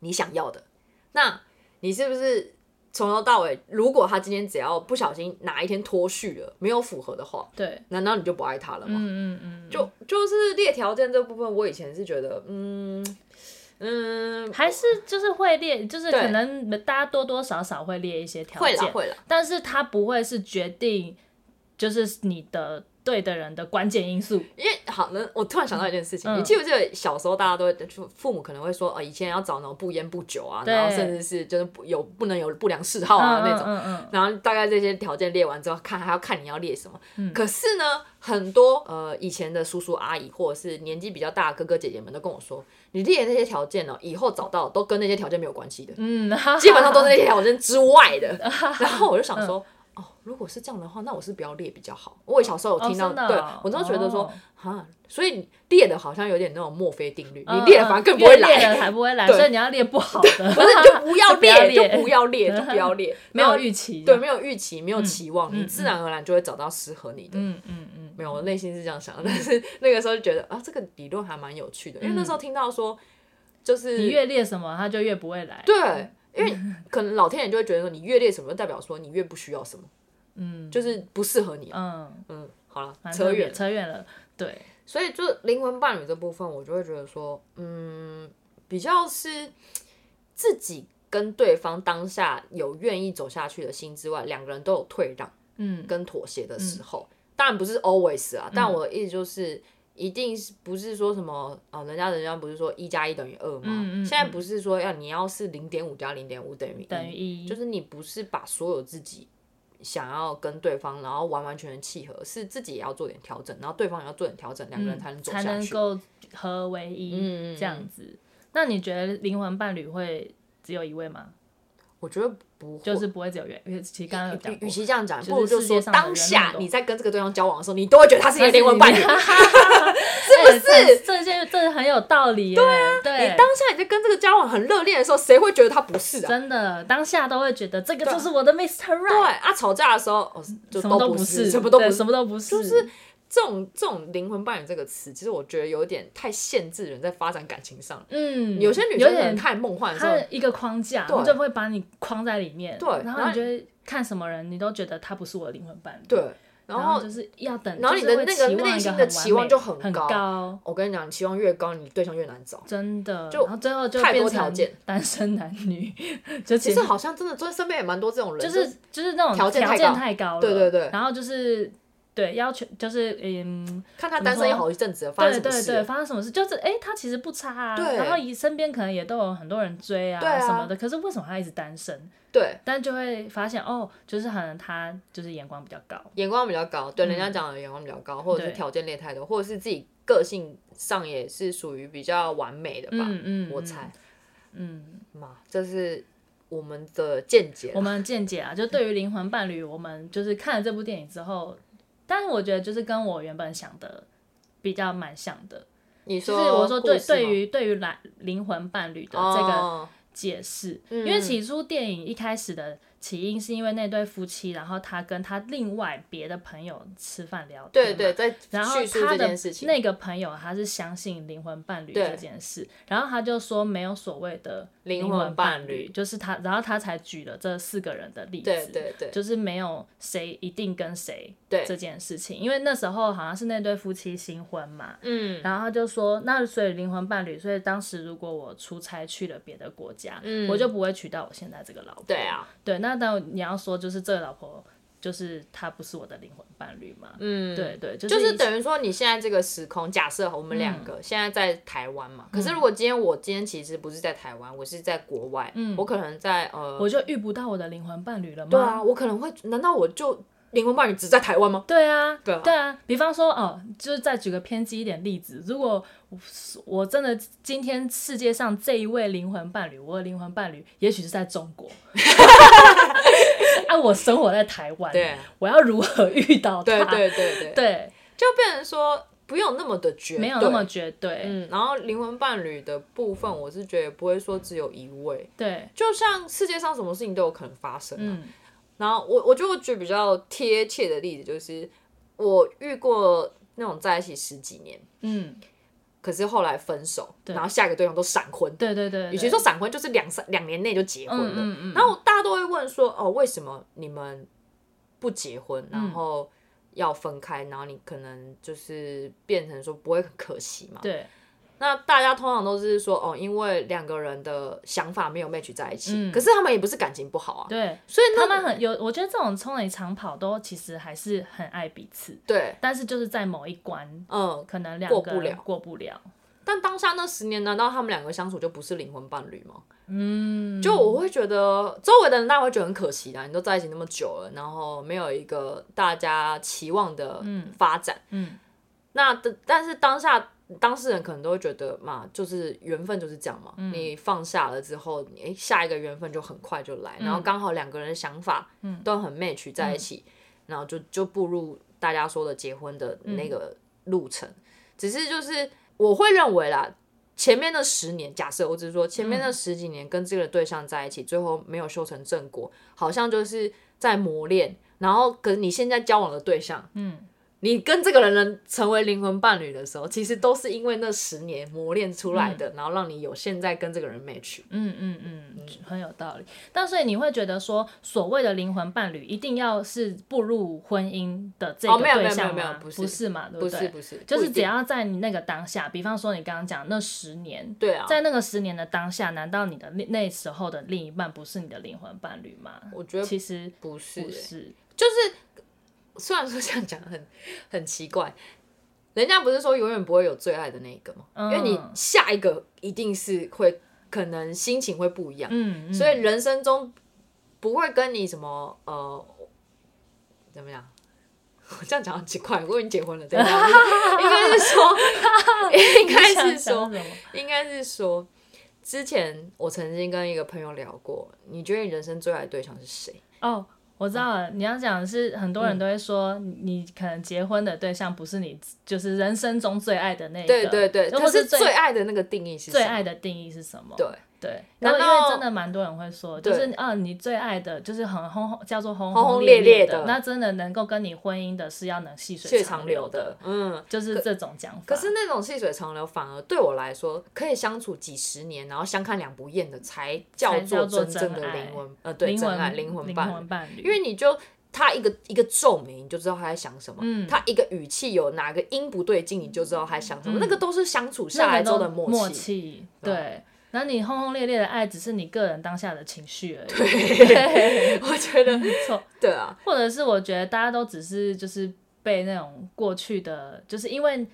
S2: 你想要的，那你是不是从头到尾，如果他今天只要不小心哪一天脱序了，没有符合的话，
S1: 对，
S2: 难道你就不爱他了吗？
S1: 嗯嗯嗯嗯，
S2: 就就是列条件这部分，我以前是觉得，嗯嗯，
S1: 还是就是会列，就是
S2: 对
S1: 可能大家多多少少会列一些条
S2: 会
S1: 件
S2: 啦，会啦，
S1: 但是它不会是决定就是你的对的人的关键因素。
S2: 因为好，那我突然想到一件事情，
S1: 嗯
S2: 你记不记得小时候大家都会就父母可能会说，哦，以前要找那种不烟不酒啊，
S1: 对
S2: 然后甚至是就是不有不能有不良嗜好啊、那种，
S1: 嗯嗯
S2: 然后大概这些条件列完之后，看还要看你要列什么。
S1: 嗯
S2: 可是呢，很多呃以前的叔叔阿姨或者是年纪比较大的哥哥姐姐们都跟我说，你列的那些条件呢、以后找到的都跟那些条件没有关系的，
S1: 嗯嗯，哈哈
S2: 基本上都是那些条件之 外的。
S1: 嗯
S2: 然后我就想说。哦，如果是这样的话，那我是不要列比较好。我小时候有听到，
S1: 哦真的
S2: 对
S1: 哦
S2: 我都觉得说
S1: 哦，
S2: 哈、所以你列的好像有点那种墨菲定律，
S1: 嗯
S2: 你列了反而更不会来，
S1: 越列了才不会来，
S2: 对
S1: 所以你要列不好的，
S2: 不是你 就不要
S1: 不要
S2: 列，就
S1: 列
S2: 不要列，就不要列，
S1: 没
S2: 然后
S1: 有预期。嗯
S2: 对，没有预期，没有期望，你自然而然就会找到适合你的。
S1: 嗯嗯嗯，
S2: 没有，我内心是这样想的，但是那个时候就觉得啊，这个理论还蛮有趣的，因为那
S1: 嗯
S2: 时候听到说，就是
S1: 你越列什么，他就越不会来。
S2: 对，因为可能老天爷就会觉得说，你越列什么，就代表说你越不需要什么，
S1: 嗯
S2: 就是不适合你啊。
S1: 嗯，
S2: 嗯，好了，
S1: 蛮
S2: 扯
S1: 特别
S2: 远了。嗯
S1: 扯远了。对，
S2: 所以就灵魂伴侣这部分，我就会觉得说，嗯，比较是自己跟对方当下有愿意走下去的心之外，两个人都有退让
S1: 嗯，
S2: 跟妥协的时候。当然不是 always 啊，但我的意思就是。一定是不是说什么啊？人家人家不是说一加一等于二吗？
S1: 嗯嗯嗯
S2: 现在不是说要你要是零点五加零点五等于一，
S1: 等于一，
S2: 就是你不是把所有自己想要跟对方，然后完完全全契合，是自己也要做点调整，然后对方也要做点调整，两个人才能
S1: 嗯
S2: 走
S1: 才
S2: 下
S1: 能
S2: 去。
S1: 够合为一，
S2: 嗯，
S1: 这样子。那你觉得灵魂伴侣会只有一位吗？
S2: 我觉得不会。
S1: 就是不会只有缘，因为其实刚刚有讲
S2: 与
S1: 过
S2: 与，其这样讲，
S1: 就是
S2: 不如就
S1: 世界
S2: 说
S1: 上的
S2: 当
S1: 人
S2: 下
S1: 都
S2: 你在跟这个对象交往的时候，你都会觉得他是你的灵魂伴 侣。
S1: 是
S2: 不是
S1: 哎这这件这很有道理耶。对啊，
S2: 你当下你在跟这个交往很热恋的时候，谁会觉得他不是啊？
S1: 真的当下都会觉得这个就是我的 Mr.
S2: 对
S1: Right，
S2: 啊，吵架的时候，哦，就
S1: 什么
S2: 都
S1: 不
S2: 是，
S1: 是，
S2: 什么都
S1: 对
S2: 不是
S1: 什。么都不是，
S2: 就是这种这种灵魂伴侣这个词，其实我觉得有点太限制人在发展感情上了。
S1: 嗯，
S2: 有些女
S1: 有
S2: 生可能
S1: 点
S2: 太梦幻的时
S1: 它
S2: 候，
S1: 的一个框架，
S2: 对
S1: 它就会把你框在里面。
S2: 对
S1: 然
S2: 然
S1: 后
S2: 后
S1: 你就会看什么人，你都觉得他不是我的灵魂伴侣。，
S2: 对，然
S1: 然
S2: 后
S1: 就是要等，
S2: 然后你的
S1: 就是会期
S2: 那个
S1: 望一
S2: 内心
S1: 很
S2: 的
S1: 完
S2: 期望
S1: 美
S2: 就很
S1: 很
S2: 高我跟你讲，你期望越高，你对象越难找。
S1: 真的。
S2: 就
S1: 然后最后就
S2: 太
S1: 变
S2: 多条
S1: 成
S2: 件
S1: 单身男女， 就
S2: 其
S1: 其
S2: 实
S1: 实
S2: 好像真的，真的身边也蛮多这种人，
S1: 就
S2: 就是
S1: 就是那种
S2: 条件太高
S1: 太高了，
S2: 对对对
S1: 然后就是对要求就是嗯。
S2: 看他单身也好一阵子了，发
S1: 对
S2: 生什么
S1: 对
S2: 事
S1: 对，
S2: 了？
S1: 发生什么事？就是哎、他其实不差啊，
S2: 对
S1: 然后以身边可能也都有很多人追啊
S2: 对啊
S1: 什么的，可是为什么他一直单身？
S2: 对，
S1: 但就会发现哦，就是可能他就是眼光比较高，
S2: 眼光比较高，对
S1: 嗯
S2: 人家讲的眼光比较高，或者是
S1: 对
S2: 条件列太多，或者是自己个性上也是属于比较完美的吧，
S1: 嗯嗯，
S2: 我猜。
S1: 嗯，
S2: 嘛，这是我们的见解
S1: 我。们见解啊，就对于灵魂伴侣，我们就是看了这部电影之后，但是我觉得就是跟我原本想的比较蛮像的，
S2: 你
S1: 就是
S2: 说，
S1: 我说对对于对于来灵魂伴侣的这个
S2: 哦
S1: 解释，
S2: 嗯
S1: 因为起初电影一开始的起因是因为那对夫妻，然后他跟他另外别的朋友吃饭聊天
S2: 对
S1: 嘛，
S2: 对，在
S1: 然后
S2: 叙述
S1: 他
S2: 这
S1: 的
S2: 件事情，
S1: 那个朋友他是相信灵魂伴侣这
S2: 对
S1: 件事，然后他就说没有所谓的
S2: 灵
S1: 灵
S2: 魂
S1: 魂
S2: 伴
S1: 伴
S2: 侣
S1: 侣，就是他，然后他才举了这四个人的例子，
S2: 对对对
S1: 就是没有谁一定跟谁
S2: 对
S1: 这件事情，因为那时候好像是那对夫妻新婚嘛，
S2: 嗯
S1: 然后他就说，那所以灵魂伴侣，所以当时如果我出差去了别的国家，
S2: 嗯
S1: 我就不会娶到我现在这个老婆。
S2: 对，啊，
S1: 对，那当然你要说就是这个老婆，就是她不是我的灵魂伴侣嘛？
S2: 嗯，
S1: 对对，就是嗯
S2: 就是
S1: 一
S2: 等于说，你现在这个时空，假设我们两个现在在台湾嘛，
S1: 嗯
S2: 可是如果今天我今天其实不是在台湾，我是在国外，我可能在
S1: 嗯
S2: 呃，
S1: 我就遇不到我的灵魂伴侣了吗？
S2: 对啊，我可能会，难道我就灵魂伴侣只在台湾吗？
S1: 对啊，
S2: 对啊
S1: 比方说，哦，就是再举个偏激一点例子，如果我我真的今天世界上这一位灵魂伴侣，我的灵魂伴侣也许是在中国， 啊，我生活在台湾，
S2: 对
S1: 我要如何遇到他？
S2: 对对对 对，
S1: 对
S2: 就变成说不用那么的绝对，
S1: 没有那么绝对，
S2: 嗯，然后灵魂伴侣的部分，我是觉得不会说只有一位，
S1: 对，
S2: 就像世界上什么事情都有可能发生、啊，
S1: 嗯
S2: 然后我我觉得我举比较贴切的例子就是，我遇过那种在一起十几年，
S1: 嗯，
S2: 可是后来分手，
S1: 对
S2: 然后下一个对象都闪婚。
S1: 对对对，
S2: 与其说闪婚，就是两三两年内就结婚
S1: 嗯
S2: 了。
S1: 嗯嗯，
S2: 然后大家都会问说，哦，为什么你们不结婚，
S1: 嗯
S2: 然后要分开，然后你可能就是变成说不会很可惜嘛？
S1: 对，
S2: 那大家通常都是说，哦，因为两个人的想法没有 match 在一起，
S1: 嗯
S2: 可是他们也不是感情不好啊，
S1: 对
S2: 所以
S1: 他
S2: 那
S1: 们很有，我觉得这种冲垒长跑都其实还是很爱彼此，
S2: 对，
S1: 但是就是在某一关。
S2: 嗯，
S1: 可能两
S2: 过
S1: 个
S2: 不
S1: 人
S2: 了
S1: 过不了，
S2: 但当下那十年，难道他们两个相处就不是灵魂伴侣吗？
S1: 嗯，
S2: 就我会觉得周围的人，大家会觉得很可惜啦。你都在一起那么久了，然后没有一个大家期望的发展。
S1: 嗯
S2: 那但但是当下当事人可能都会觉得嘛，就是缘分就是这样嘛。
S1: 嗯
S2: 你放下了之后，你诶下一个缘分就很快就
S1: 嗯
S2: 来，然后刚好两个人的想法都很 match 在一
S1: 嗯
S2: 起，然后就就步入大家说的结婚的
S1: 嗯
S2: 那个路程。只是就是我会认为啦，前面的十年，假设我只是说前面的十几年跟这个对象在一起，最后没有修成正果，好像就是在磨练。然后，可是你现在交往的对象，
S1: 嗯，
S2: 你跟这个人能成为灵魂伴侣的时候，其实都是因为那十年磨练出来的，然后让你有现在跟这个人 match。
S1: 嗯嗯嗯，很有道理。但所以你会觉得说，所谓的灵魂伴侣一定要是步入婚姻的这
S2: 哦
S1: 个
S2: 没有没有
S1: 对象
S2: 没有没
S1: 吗
S2: 有？不是
S1: 不是嘛，对
S2: 不
S1: 对？
S2: 是不是，
S1: 就
S2: 不一
S1: 是只
S2: 定
S1: 要在你那个当下，比方说你刚刚讲那十年，
S2: 对啊，
S1: 在那个十年的当下，难道你的那那时候的另一半不是你的灵魂伴侣吗？
S2: 我觉得
S1: 其实
S2: 不是、
S1: 不
S2: 欸
S1: 是，
S2: 虽然说这样讲很很奇怪，人家不是说永远不会有最爱的那一个吗？
S1: 嗯
S2: 因为你下一个一定是会，可能心情会不一样，
S1: 嗯，嗯
S2: 所以人生中不会跟你什么呃怎么样。 我这样讲很奇怪，我已经结婚了，对吧？应该是说， 应
S1: 你
S2: 该
S1: 想
S2: 是说
S1: 想，什么？
S2: 应该是说，之前我曾经跟一个朋友聊过，你觉得你人生最爱的对象是谁？
S1: 哦，
S2: 嗯
S1: 我知道了，你要讲的是很多人都会说，你可能结婚的对象不是你，就是人生中最爱的那一个。
S2: 对对对，
S1: 或
S2: 可是
S1: 最
S2: 最爱的那个定义是
S1: 最
S2: 什么
S1: 爱的定义是什么？
S2: 对
S1: 对，然
S2: 难
S1: 后
S2: 道
S1: 因为真的蛮多人会说，就
S2: 对
S1: 是啊，你最爱的就是很轰轰，叫做轰
S2: 轰
S1: 轰
S2: 轰烈
S1: 烈
S2: 烈的
S1: 那真的能够跟你婚姻的是要能细水
S2: 血长流
S1: 的
S2: 的，，嗯。
S1: 就是这种讲法。
S2: 可是那种细水长流，反而对我来说，可以相处几十年，然后相看两不厌的，才叫
S1: 叫做
S2: 做真正
S1: 真
S2: 的
S1: 爱
S2: 灵魂，呃，对，
S1: 灵
S2: 真爱
S1: 魂
S2: 灵魂
S1: 灵
S2: 伴侣。
S1: 魂伴侣，
S2: 因为你就他一个一个皱眉，你就知道他在想什么；
S1: 嗯
S2: 他一个语气有哪个音不对劲，你就知道他在想什
S1: 嗯
S2: 么。那个都是相处下来之后的
S1: 默
S2: 默契。
S1: 契，对。然后你轰轰烈烈的爱，只是你个人当下的情绪而已。
S2: 我觉得，
S1: 没错。
S2: 对啊，
S1: 或者是我觉得大家都只是就是被那种过去的，就是因为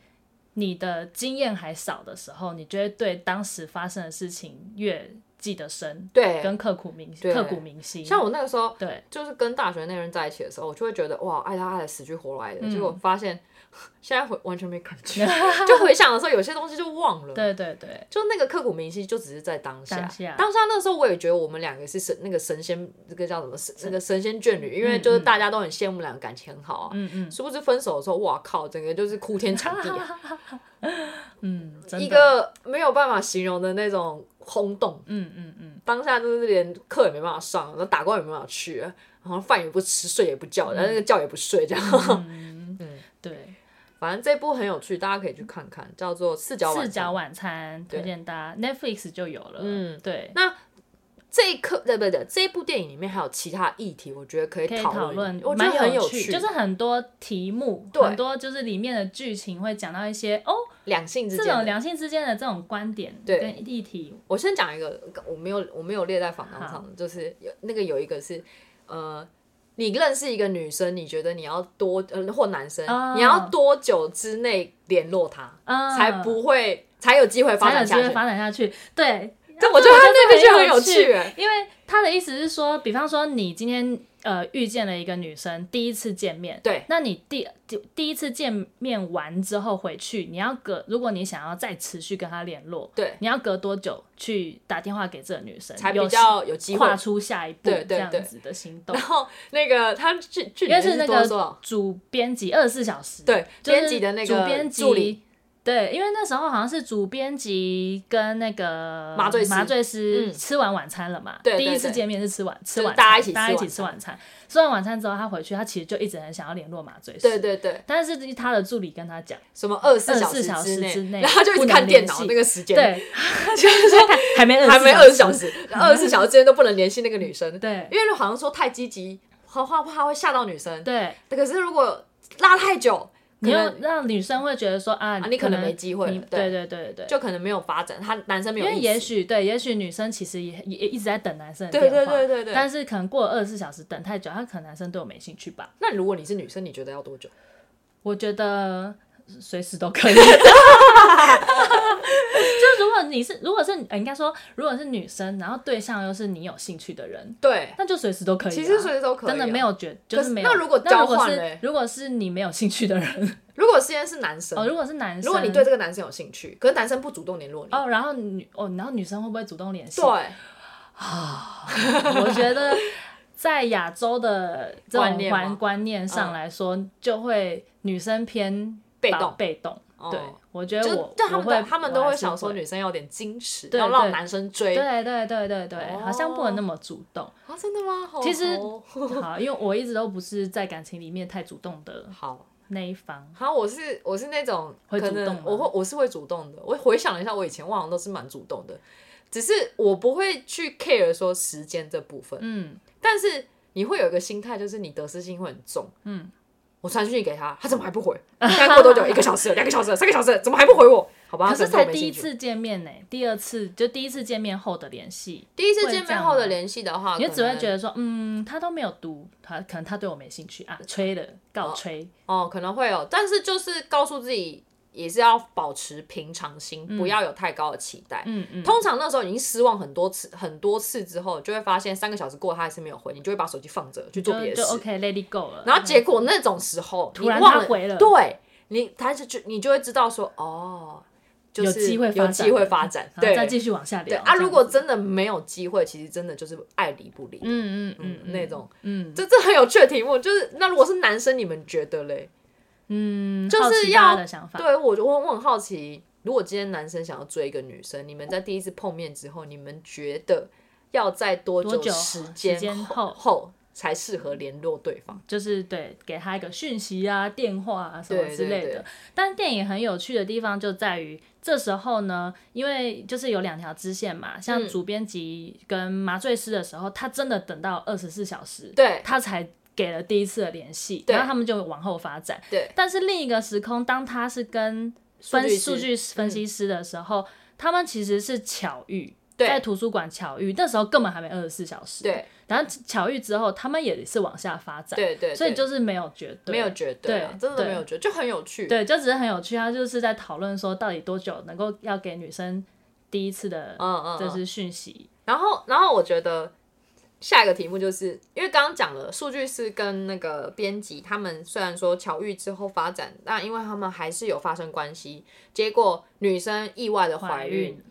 S1: 你的经验还少的时候，你就会对当时发生的事情越记得深，
S2: 对，
S1: 跟刻骨铭
S2: 对
S1: 刻骨铭心。
S2: 像我那个时候
S1: 对，
S2: 就是跟大学那个人在一起的时候，我就会觉得哇，爱他爱的死去活来的，
S1: 嗯
S2: 结果发现现在回完全没感 觉，就回想的时候有些东西就忘了。
S1: 对对对，
S2: 就那个刻骨铭心，就只是在当下。
S1: 当下
S2: 那时候我也觉得我们两个是神那个神仙，那个叫什么神那个神仙眷侣，因为就是大家都很羡慕我们两个感情很好啊。
S1: 嗯嗯
S2: 殊不知分手的时候，哇靠，整个就是哭天抢地、啊，
S1: 嗯， 真的
S2: 一，个没有办法形容的那种轰动。
S1: 嗯嗯嗯，
S2: 当下就是连课也没办法上，然后打工也没办法去，然后饭也不吃，睡也不觉，然后那个觉也不睡，这样。
S1: 嗯对。
S2: 反正这部很有趣，大家可以去看看，叫做《四角晚餐
S1: 四角晚餐推
S2: 对
S1: 荐大家，Netflix 就有了。
S2: 嗯，
S1: 对，
S2: 这一刻，对不对？这一部电影里面还有其他议题，我觉得可以
S1: 可以
S2: 讨
S1: 讨
S2: 论
S1: 论，，
S2: 我觉
S1: 蛮
S2: 得很
S1: 有
S2: 趣，
S1: 就是很多题目，
S2: 对
S1: 很多就是里面的剧情会讲到一些哦，
S2: 两性之
S1: 这
S2: 间
S1: 种
S2: 的。
S1: 两性之间的这种观点
S2: 对
S1: 跟议题，
S2: 我先讲一个，我没有我没有列在访纲上的，就是有那个有一个是，呃，你认识一个女生，你觉得你要多呃或男生，
S1: 哦
S2: 你要多久之内联络她，
S1: 嗯，
S2: 才不会才有机会发
S1: 才有
S2: 展
S1: 机
S2: 下
S1: 会
S2: 去？
S1: 发展下去。对，
S2: 这
S1: 啊
S2: 我觉得他那
S1: 这
S2: 个就很
S1: 很
S2: 有趣
S1: 趣，
S2: 欸，
S1: 因为他的意思是说，比方说你今天呃遇见了一个女生，第一次见面，
S2: 对，
S1: 那你第第第一次见面完之后回去，你要隔，如果你想要再持续跟她联络，
S2: 对，
S1: 你要隔多久去打电话给这个女生，
S2: 才
S1: 有
S2: 比较有机会
S1: 跨。出下一步
S2: 对对
S1: 这样
S2: 对
S1: 子的行动
S2: 然。后那个他去去
S1: 因为
S2: 年
S1: 是那
S2: 多
S1: 个
S2: 多少？
S1: 主编辑二十四小时，
S2: 对，
S1: 就是
S2: 编辑的那
S1: 主
S2: 个
S1: 编
S2: 助理，
S1: 辑。对，因为那时候好像是主编辑跟那个
S2: 麻醉师
S1: 麻醉师
S2: 嗯
S1: 吃完晚餐了嘛，
S2: 对对
S1: 第一次
S2: 对
S1: 见面是吃晚吃
S2: 就是
S1: 晚餐，
S2: 大家一起吃
S1: 大家一起
S2: 晚
S1: 吃晚
S2: 餐
S1: 餐，吃完晚餐之后他回去，他其实就一直很想要联络麻醉师，
S2: 对对对，
S1: 但是他的助理跟他讲，
S2: 什么二十
S1: 24
S2: 四小
S1: 小
S2: 时
S1: 时之内
S2: 内，然后他就一
S1: 不
S2: 直
S1: 能
S2: 看电
S1: 联
S2: 脑
S1: 系
S2: 那个时间，
S1: 对，
S2: 就是说
S1: 还没
S2: 还没
S1: 24
S2: 二十小，时，二十四小时之间都不能联系那个女生，
S1: 对
S2: 因为好像说太积极，怕怕怕会吓到女生。
S1: 对，
S2: 可是如果拉太久，可
S1: 你又
S2: 能
S1: 让女生会觉得说啊，
S2: 啊你可能没机会了
S1: 你对
S2: 对
S1: 对对对，
S2: 就可能没有发展，他男生没
S1: 因
S2: 有
S1: 为
S2: 意
S1: 也
S2: 思
S1: 许对，也许女生其实也也也一直在等男生的
S2: 对
S1: 电话，
S2: 对对对对
S1: 但是可能过了二十四小时等太久，他可能男生对我没兴趣吧。
S2: 那如果你是女生，你觉得要多久？
S1: 我觉得随时都 可以。就如果你是，如果是呃应该说，如果是女生，然后对象又是你有兴趣的人，
S2: 对，
S1: 那就随时都可以啊、
S2: 其实随时都可以啊
S1: 真的没有觉，就
S2: 可
S1: 是
S2: 是
S1: 没有。
S2: 那如果交换
S1: 是
S2: 嘞
S1: 如果是你没有兴趣的人，
S2: 如果现在是男 生
S1: 哦，，如果是男生，
S2: 如果你对这个男生有兴趣，可是男生不主动联络你，
S1: 哦，然后女哦，然后女生会不会主动联系？
S2: 对，
S1: 我觉得在亚洲的这
S2: 观
S1: 种
S2: 念吗
S1: 观观念上来说，就会女生偏
S2: 被
S1: 保
S2: 动，
S1: 被动。
S2: 哦
S1: 对，我觉
S2: 就
S1: 得
S2: 是
S1: 我
S2: 就他
S1: 我
S2: 们都
S1: 会
S2: 他们都
S1: 我
S2: 会
S1: 还是
S2: 想说
S1: 会
S2: 女生要点矜持，
S1: 对
S2: 要
S1: 对
S2: 让男生哦追啊，
S1: 对对对对对，好像不能那么主动。
S2: 真的吗？好
S1: 其实
S2: 好
S1: 好，因为我一直都不是在感情里面太主动的
S2: 好，
S1: 那一方？
S2: 好，我是我是那种
S1: 会
S2: 可
S1: 主动
S2: 能
S1: 吗
S2: 我会我是会主动的。我回想了一下，我以前我好像都是蛮主动的，只是我不会去 care 说时间这部分。
S1: 嗯，
S2: 但是你会有一个心态，就是你得失心会很重。
S1: 嗯，
S2: 我传讯息给他，他怎么还不回？现在过多久？一个小时了，两个小时了，三个小时了，怎么还不回我？好吧，
S1: 可是
S2: 可能
S1: 才
S2: 我没
S1: 第一
S2: 兴趣，
S1: 次见面呢、第二次就第一次见面后的联系，
S2: 第一
S1: 会
S2: 次
S1: 这
S2: 见面
S1: 样
S2: 后
S1: 吗
S2: 的联系的话，
S1: 你就
S2: 哦可
S1: 只会
S2: 能
S1: 觉得说，嗯，他都没有读，他可能他对我没兴趣啊，吹了，告吹，
S2: 哦，可能会有，但是就是告诉自己也是要保持平常心，不要有太高的期待。
S1: 嗯嗯，
S2: 通常那时候已经失望很多次，很多次之后，就会发现三个小时过了他还是没有回，你就会把手机放着去做别
S1: 就
S2: 的
S1: 就
S2: 事。
S1: OK，Let、it go 了。
S2: 然后结果那种时候，
S1: 突然
S2: 你忘
S1: 他回了
S2: 对你，他就就你就会知道说，哦，就
S1: 有
S2: 是
S1: 机会发
S2: 有
S1: 展
S2: 机会发展，
S1: 然后
S2: 对
S1: 再继续往下
S2: 对
S1: 聊
S2: 啊。
S1: 这样
S2: 如果
S1: 子
S2: 真的没有机会，其实真的就是爱理不理，
S1: 嗯嗯
S2: 嗯
S1: 嗯，
S2: 那种，
S1: 嗯
S2: 这这很有趣的题目，就是那如果是男生，你们觉得嘞？
S1: 嗯，
S2: 就是
S1: 好奇大家
S2: 要
S1: 的想法，
S2: 对我就我我很好奇，如果今天男生想要追一个女生，你们在第一次碰面之后，你们觉得要在多
S1: 多久
S2: 时
S1: 时间
S2: 后
S1: 后
S2: 后才适合联络对方？
S1: 就是对给他一个讯息啊、电话啊什么
S2: 对
S1: 之类的。
S2: 对对
S1: 但电影很有趣的地方就在于，这时候呢，因为就是有两条支线嘛，像
S2: 嗯
S1: 主编辑跟麻醉师的时候，他真的等到二十四小时，
S2: 对
S1: 他才给了第一次的联系，
S2: 对
S1: 然后他们就往后发展。
S2: 对，
S1: 但是另一个时空，当他是跟分
S2: 据师嗯
S1: 数据分析师的时候，他们其实是巧遇，
S2: 对
S1: 在图书馆巧遇，那时候根本还没二十四小时。
S2: 对，
S1: 然后巧遇之后，他们也是往下发展。
S2: 对对，
S1: 所以
S2: 对
S1: 就是没有绝对，
S2: 没有绝啊
S1: 对
S2: 真的
S1: 对
S2: 没有绝对，就很有趣。
S1: 对，就只是很有趣，他就是在讨论说到底多久能够要给女生第一次的，
S2: 嗯，嗯嗯，
S1: 这是讯息，
S2: 然后，然后我觉得下一个题目就是因为刚刚讲了，数据师跟那个编辑他们虽然说巧遇之后发展，那因为他们还是有发生关系，结果女生意外的怀孕，，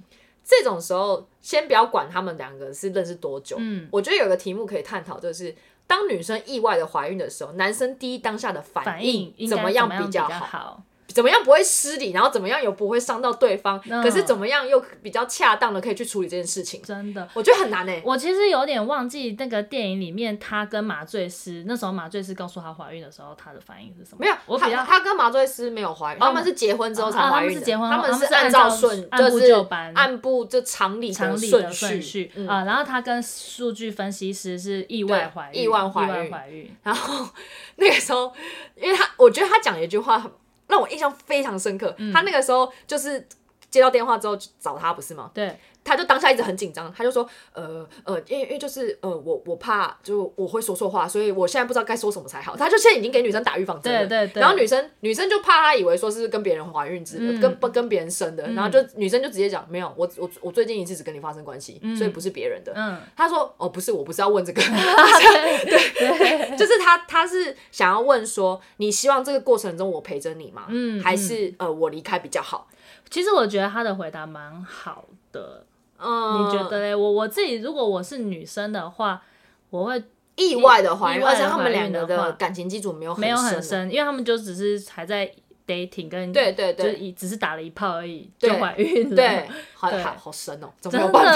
S2: 这种时候先不要管他们两个是认识多久，
S1: 嗯，
S2: 我觉得有个题目可以探讨，就是当女生意外的怀孕的时候，男生第一当下的
S1: 反
S2: 反
S1: 应应该
S2: 怎
S1: 么
S2: 样
S1: 比
S2: 较好？
S1: 好？
S2: 怎么样不会失礼，然后怎么样又不会伤到对方，
S1: 嗯
S2: 可是怎么样又比较恰当的可以去处理这件事情？
S1: 真的。
S2: 我觉得很难诶、欸
S1: 我其实有点忘记那个电影里面，她跟麻醉师那时候麻醉师告诉她怀孕的时候，她的反应是什么？
S2: 没有，
S1: 我
S2: 他
S1: 比较哦
S2: 他跟麻醉师没有怀孕，他们是结婚之后才
S1: 啊他
S2: 怀
S1: 们
S2: 孕的。
S1: 是结婚后
S2: 他
S1: 他们是
S2: 按
S1: 按照
S2: 顺，
S1: 按部
S2: 就是
S1: 就班
S2: 按部就常理
S1: 常理的
S2: 顺
S1: 顺序
S2: 嗯
S1: 啊、然后她跟数据分析师是意外怀孕，
S2: 意外怀
S1: 意
S2: 孕
S1: 外怀孕，
S2: 然后 那个时候，因为他我觉得他讲了一句话让我印象非常深刻。
S1: 嗯
S2: 他那个时候就是接到电话之后就找他不是吗？
S1: 对，
S2: 他就当下一直很紧张，他就说，呃呃，因为因为就是呃，我我怕就我会说错话，所以我现在不知道该说什么才好。他就现在已经给女生打预防针了，
S1: 对对对
S2: 然后女生女生就怕他以为说是跟别人怀孕之、呃
S1: 嗯
S2: 跟不跟别人生的，然后就、女生就直接讲没有，我我我最近一次只跟你发生关系，所以不是别人的。
S1: 嗯，
S2: 他说哦不是，我不是 要问这个，
S1: 对对，
S2: 就是他他是想要问说，你希望这个过程中我陪着你吗？
S1: 嗯
S2: 还是、呃我离开比较好？
S1: 其实我觉得她的回答蛮好的，
S2: 嗯，
S1: 你觉得嘞？我我自己如果我是女生的话，我会
S2: 意外的怀
S1: 意
S2: 孕，
S1: 外
S2: 而
S1: 的
S2: 且他们两
S1: 怀
S2: 个
S1: 孕的话
S2: 的感情基础没有
S1: 没有
S2: 很
S1: 很
S2: 深，哦
S1: 深，因为他们就只是还在 dating 跟
S2: 对对
S1: 就是
S2: 对
S1: 一只是打了一炮而已，
S2: 对
S1: 就怀孕了，
S2: 对，好
S1: 对
S2: 好好深哦，怎么
S1: 真
S2: 有
S1: 的
S2: 办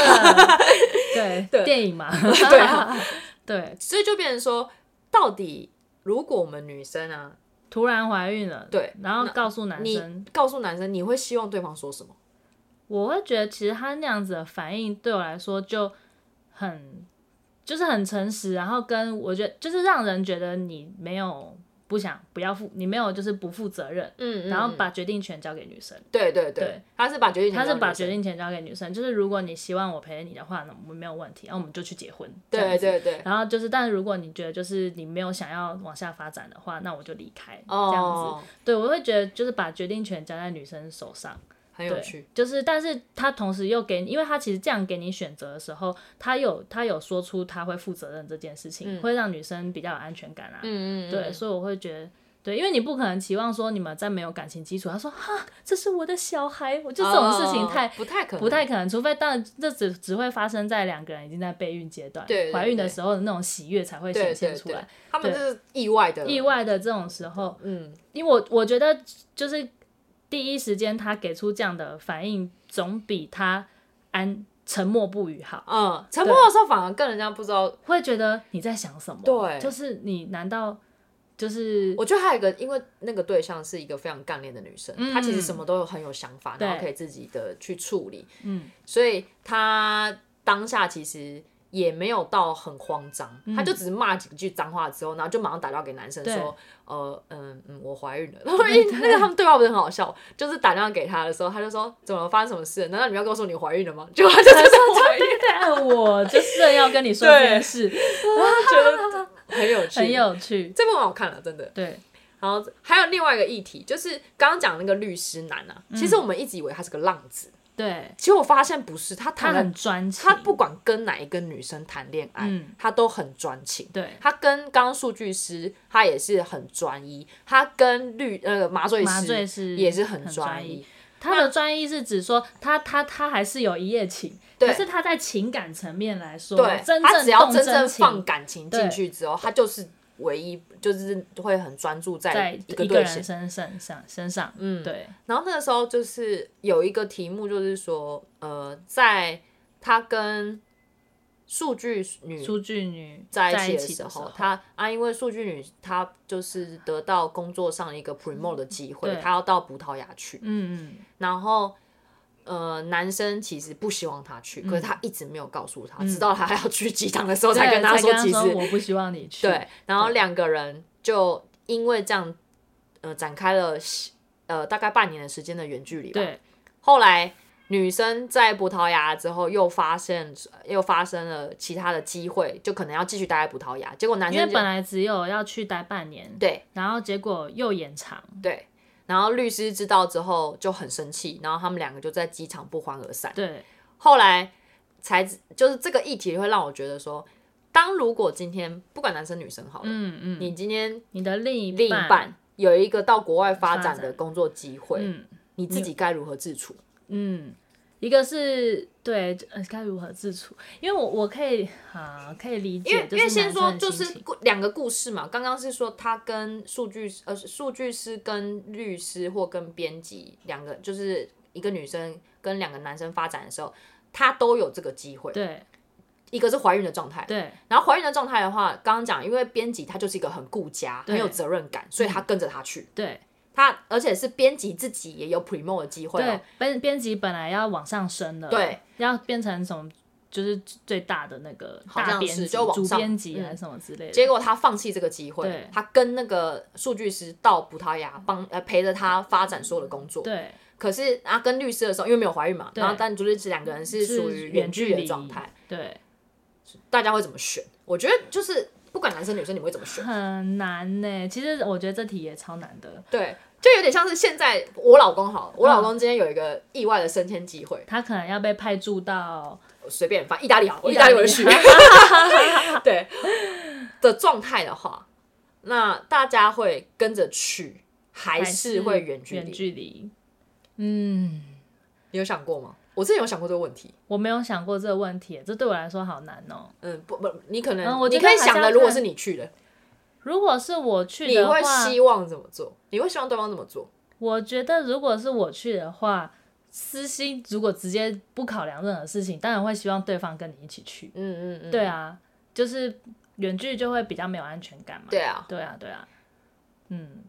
S2: 法？，
S1: 对
S2: 对
S1: 电影嘛，
S2: 对啊
S1: 对，
S2: 所以就变成说，到底如果我们女生啊，
S1: 突然怀孕了，
S2: 对，
S1: 然后告诉男
S2: 你
S1: 生，
S2: 告诉男生你会希望对方说什么？
S1: 我会觉得其实他那样子的反应对我来说就很就是很诚实，然后跟我觉得就是让人觉得你没有不想不要负，你没有就是不负责任，
S2: 嗯
S1: 然后
S2: 嗯
S1: 把决定权交给女生。
S2: 对对对
S1: 对，
S2: 他是把决定权
S1: 他
S2: 交给
S1: 是
S2: 女生，
S1: 把决定权交给女生，就是如果你希望我陪你的话，那我们没有问题，然后我们就去结婚。这样
S2: 对
S1: 子。
S2: 对对，
S1: 然后就是，但如果你觉得就是你没有想要往下发展的话，那我就离开。这样
S2: 哦，
S1: 子，对我会觉得就是把决定权交在女生手上。
S2: 很有
S1: 对
S2: 趣。，
S1: 就是，但是他同时又给你，因为他其实这样给你选择的时候，他有他有说出他会负责任这件事情，会让女生比较有安全感啊。
S2: 嗯嗯嗯，嗯
S1: 对，所以我会觉得，对，因为你不可能期望说你们在没有感情基础，他说哈，这是我的小孩，我就这种事情
S2: 哦
S1: 太、
S2: 不太可能，
S1: 不太可能，除非当然这只只会发生在两个人已经在备孕阶段，
S2: 对对
S1: 怀孕的
S2: 对
S1: 时候的那种喜悦才会显
S2: 对对
S1: 现出
S2: 对
S1: 来。，
S2: 他们
S1: 对
S2: 就是意外的
S1: 意，外的这种时候，
S2: 嗯，
S1: 因为我我觉得就是第一时间他给出这样的反应，总比他安沉默不语好。
S2: 嗯，沉默的时候反而更人家不知道，
S1: 会觉得你在想什么？
S2: 对
S1: 就是你难道 就是
S2: 我觉得还有一个，因为那个对象是一个非常干练的女生，
S1: 嗯
S2: 她其实什么都有很有想法，
S1: 对
S2: 然后可以自己的去处理，
S1: 嗯，
S2: 所以她当下其实也没有到很慌张，她就只是骂几句脏话之后，然后就马上打电话给男生
S1: 嗯对
S2: 说，呃，嗯嗯，我怀孕了。 然后因为那个他们对话不是很好笑，就是打电话给她的时候，她就说怎么了发生什么事了？难道你要告诉我你怀孕了吗？结 果她就真的怀孕，
S1: 但我就是要跟你说这件事，
S2: 觉得很有趣，
S1: 很有趣。
S2: 这部很好看了，真的。
S1: 对，
S2: 然后还有另外一个议题，就是刚刚讲那个律师男啊，
S1: 嗯
S2: 其实我们一直以为他是个浪子，
S1: 对
S2: 结果发现不是，他
S1: 他
S2: 谈了
S1: 很专情，
S2: 他不管跟哪一个女生谈恋爱，
S1: 嗯
S2: 他都很专情。
S1: 对
S2: 他跟刚刚数据师，他也是很专一；他跟律呃麻醉师
S1: 麻醉师
S2: 也是很
S1: 很
S2: 专
S1: 专一
S2: 一。
S1: 他的专一是指说他他他还是有一夜情，
S2: 对
S1: 可是他在情感层面来说，
S2: 对，
S1: 真
S2: 他只
S1: 正
S2: 要
S1: 动
S2: 真正
S1: 真
S2: 放
S1: 情
S2: 感情进去之后，他就是唯一，就是会很专注
S1: 在
S2: 在一个
S1: 一个
S2: 对
S1: 人
S2: 象。
S1: 身上上身上，嗯，对，
S2: 然后那个时候就是有一个题目，就是说，呃，在他跟数据女
S1: 数据女
S2: 嗯在
S1: 一
S2: 一
S1: 起
S2: 起的时
S1: 候
S2: 候，，他啊，因为数据女她就是得到工作上一个 promote 的机会，
S1: 对
S2: 她要到葡萄牙去，
S1: 嗯嗯，
S2: 然后。呃，男生其实不希望她去，可是他一直没有告诉她，直到她要去机场的时候
S1: 对
S2: 嗯才跟她
S1: 她
S2: 说，其实
S1: 说我不希望你去，
S2: 对，然后两个人就因为这样，呃，展开了呃大概半年的时间的远距离吧。
S1: 对
S2: 后来女生在葡萄牙之后又发现又发生了其他的机会，就可能要继续待在葡萄牙。结果男
S1: 因为
S2: 生就
S1: 本来只有要去待半年，
S2: 对
S1: 然后结果又延长，
S2: 对，然后律师知道之后就很生气，然后他们两个就在机场不欢而散。
S1: 对
S2: 后来才知就是这个议题会让我觉得说，当如果今天不管男生女生好了，
S1: 嗯嗯，
S2: 你今天
S1: 你的另一
S2: 另一半有一个到国外发展
S1: 发
S2: 的
S1: 展
S2: 工作机会，
S1: 嗯
S2: 你自己该如何自处？
S1: 嗯，一个是对呃该如何自处，因为我我可以啊可以理解，
S2: 因为因为
S1: 就是
S2: 先
S1: 男
S2: 说
S1: 生的
S2: 就
S1: 心
S2: 是
S1: 情
S2: 故两个故事嘛，刚刚是说他跟数据呃数据师跟律师或跟编辑两个，就是一个女生跟两个男生发展的时候，他都有这个机会。
S1: 对
S2: 一个是怀孕的状态，
S1: 对
S2: 然后怀孕的状态的话，刚刚讲，因为编辑他就是一个很顾家、
S1: 对嗯
S2: 很有责任感，所以他跟着他去。
S1: 对
S2: 他而且是编辑自己也有 promo 的机会、哦
S1: 对，，编编辑本来要往上升的，
S2: 对，
S1: 要变成什么就是最大的那个
S2: 好像
S1: 大编
S2: 是
S1: 辑、
S2: 就往
S1: 主
S2: 上
S1: 编辑
S2: 嗯
S1: 还是什么之类的，
S2: 结果他放弃这个机会
S1: 对，
S2: 他跟那个数据师到葡萄牙帮呃陪着他发展所有的工作。
S1: 对
S2: 可是啊，跟律师的时候，因为没有怀孕嘛，
S1: 对
S2: 然后但就是这两个人是属于远距离的状态，，
S1: 是远对。
S2: 大家会怎么选？我觉得就是不管男生女生，你们会怎么选？
S1: 很难呢、其实我觉得这题也超难的。
S2: 对，就有点像是现在我老公好了，我老公今天有一个意外的升迁机会，
S1: 他可能要被派驻到
S2: 随便反正意大利好了，意
S1: 意
S2: 大
S1: 大
S2: 利
S1: 利
S2: 我就 去。对的状态的话，那大家会跟着去，还是会远距
S1: 远
S2: 离？
S1: 距离。嗯，
S2: 你有想过吗？我之前有想过这个问题。
S1: 我没有想过这个问题，这对我来说好难哦、
S2: 嗯，不不，你可能、
S1: 嗯我
S2: 你
S1: 觉得
S2: 可以
S1: 还是
S2: 想
S1: 要
S2: 的，如果
S1: 看
S2: 是你去的，
S1: 如果是我去
S2: 你
S1: 的
S2: 会
S1: 话，
S2: 希望怎么做？你会希望对方怎么做？
S1: 我觉得如果是我去的话，私心如果直接不考量任何事情，当然会希望对方跟你一起去。
S2: 嗯嗯嗯，
S1: 对啊，就是远距就会比较没有安全感嘛。
S2: 对啊，
S1: 对啊，对啊。嗯，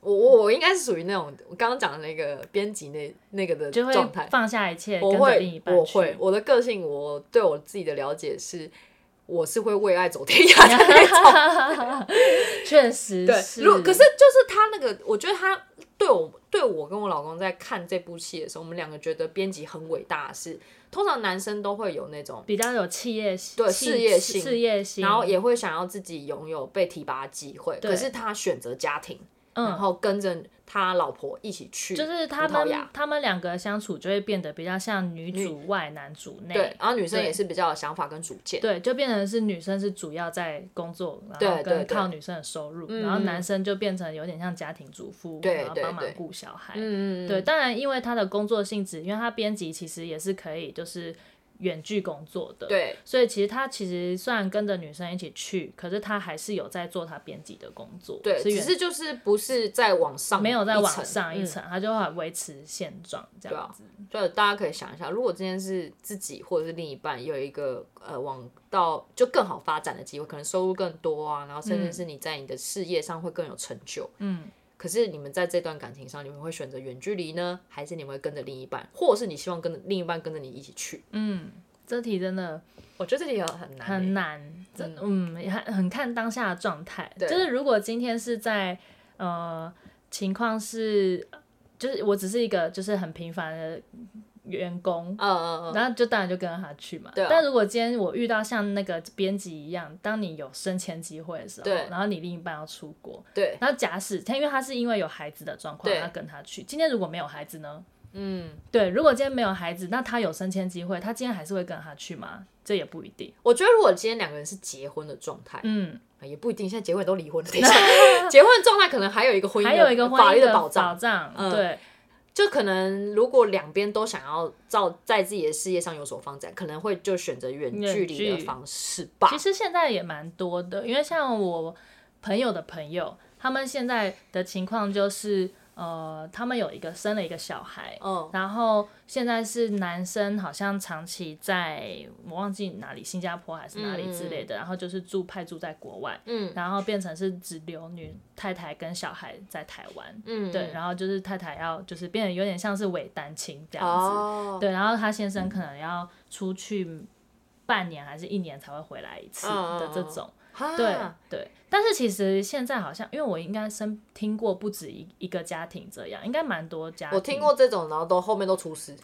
S2: 我我我应该是属于那种我刚刚讲的那个编辑那那个的
S1: 就会
S2: 状态，
S1: 放下一切，跟
S2: 我
S1: 着另一
S2: 会
S1: 半
S2: 我
S1: 去。
S2: 会我的个性，我对我自己的了解是，我是会为爱走天涯 的那种。
S1: 确实是。
S2: 对，如可是就是他那个，我觉得他对我对我跟我老公在看这部戏的时候，我们两个觉得编辑很伟大的是，通常男生都会有那种。
S1: 比较有企业性，
S2: 对
S1: 企
S2: 事业性
S1: 事业性，
S2: 然后也会想要自己拥有被提拔的机会，
S1: 对
S2: 可是他选择家庭，然
S1: 嗯，
S2: 后跟着他老婆一起去，
S1: 就是他
S2: 葡萄
S1: 们
S2: 牙
S1: 他们两个相处就会变得比较像女主外男主内，
S2: 对，然后女生
S1: 对
S2: 也是比较有想法跟主见，
S1: 对，就变成是女生是主要在工作，然
S2: 对
S1: 后
S2: 对
S1: 跟
S2: 对
S1: 靠女生的收入，
S2: 嗯
S1: 然后男生就变成有点像家庭主妇，
S2: 对
S1: 然后
S2: 对
S1: 帮忙
S2: 对
S1: 顾小孩。
S2: 嗯，
S1: 对，当然因为他的工作性质，因为他编辑其实也是可以就是。远距工作的。
S2: 对，
S1: 所以其实他其实虽然跟着女生一起去，可是他还是有在做他编辑的工作，
S2: 对，
S1: 是
S2: 只
S1: 远
S2: 是就是不是在往上，
S1: 没有在往
S2: 层
S1: 上一
S2: 嗯
S1: 层，他就会维持现状这
S2: 对
S1: 样
S2: 啊
S1: 子。
S2: 就大家可以想一下，如果今天是自己或者是另一半有一个呃往到就更好发展的机会，可能收入更多啊，然后甚至是你在你的事业上会更有成就。
S1: 嗯，
S2: 可是你们在这段感情上，你们会选择远距离呢，还是你们会跟着另一半，或者是你希望跟着另一半跟着你一起去？
S1: 嗯，这题真的
S2: 我觉得这题很难欸、
S1: 很难，这嗯也很很看当下的状态。
S2: 对
S1: 就是如果今天是在呃情况是，就是我只是一个就是很平凡的员工，
S2: 嗯嗯嗯，
S1: 然后就当然就跟着他去嘛。
S2: 对啊
S1: 但如果今天我遇到像那个编辑一样，当你有升迁机会的时候，
S2: 对
S1: 然后你另一半要出国，
S2: 对，
S1: 然后假使他因为他是因为有孩子的状况，
S2: 对
S1: 他跟他去。今天如果没有孩子呢？
S2: 嗯，
S1: 对，如果今天没有孩子，那他有升迁机会，他今天还是会跟他去吗？这也不一定。
S2: 我觉得如果今天两个人是结婚的状态，
S1: 嗯，
S2: 啊也不一定，现在结婚都 离婚了，等一下结婚的状态可能还有一个婚姻的
S1: 还有一个婚
S2: 法
S1: 姻
S2: 律
S1: 的
S2: 的保
S1: 保
S2: 障。
S1: 障，
S2: 嗯
S1: 对，
S2: 就可能如果两边都想要照在自己的事业上有所发展，可能会就选择远距离
S1: 远
S2: 的
S1: 距
S2: 方式吧
S1: 其。实现在也蛮多的，因为像我朋友的朋友，他们现在的情况就是，呃，他们有一个生了一个小孩，
S2: 嗯，
S1: 然后现在是男生好像长期在我忘记哪里，新加坡还是哪里之类的，然后就是住派驻在国外，
S2: 嗯，
S1: 然后变成是只留女太太跟小孩在台湾，
S2: 嗯
S1: 对，然后就是太太要就是变得有点像是伪单亲这样子，
S2: 哦，
S1: 对，然后他先生可能要出去半年还是一年才会回来一次
S2: 嗯嗯
S1: 的这
S2: 嗯
S1: 种，
S2: 哈
S1: 对啊对。但是其实现在好像，因为我应该身听过不止一一个家庭这样，应该蛮多家庭。
S2: 我听。过这种，然后都后面都出事，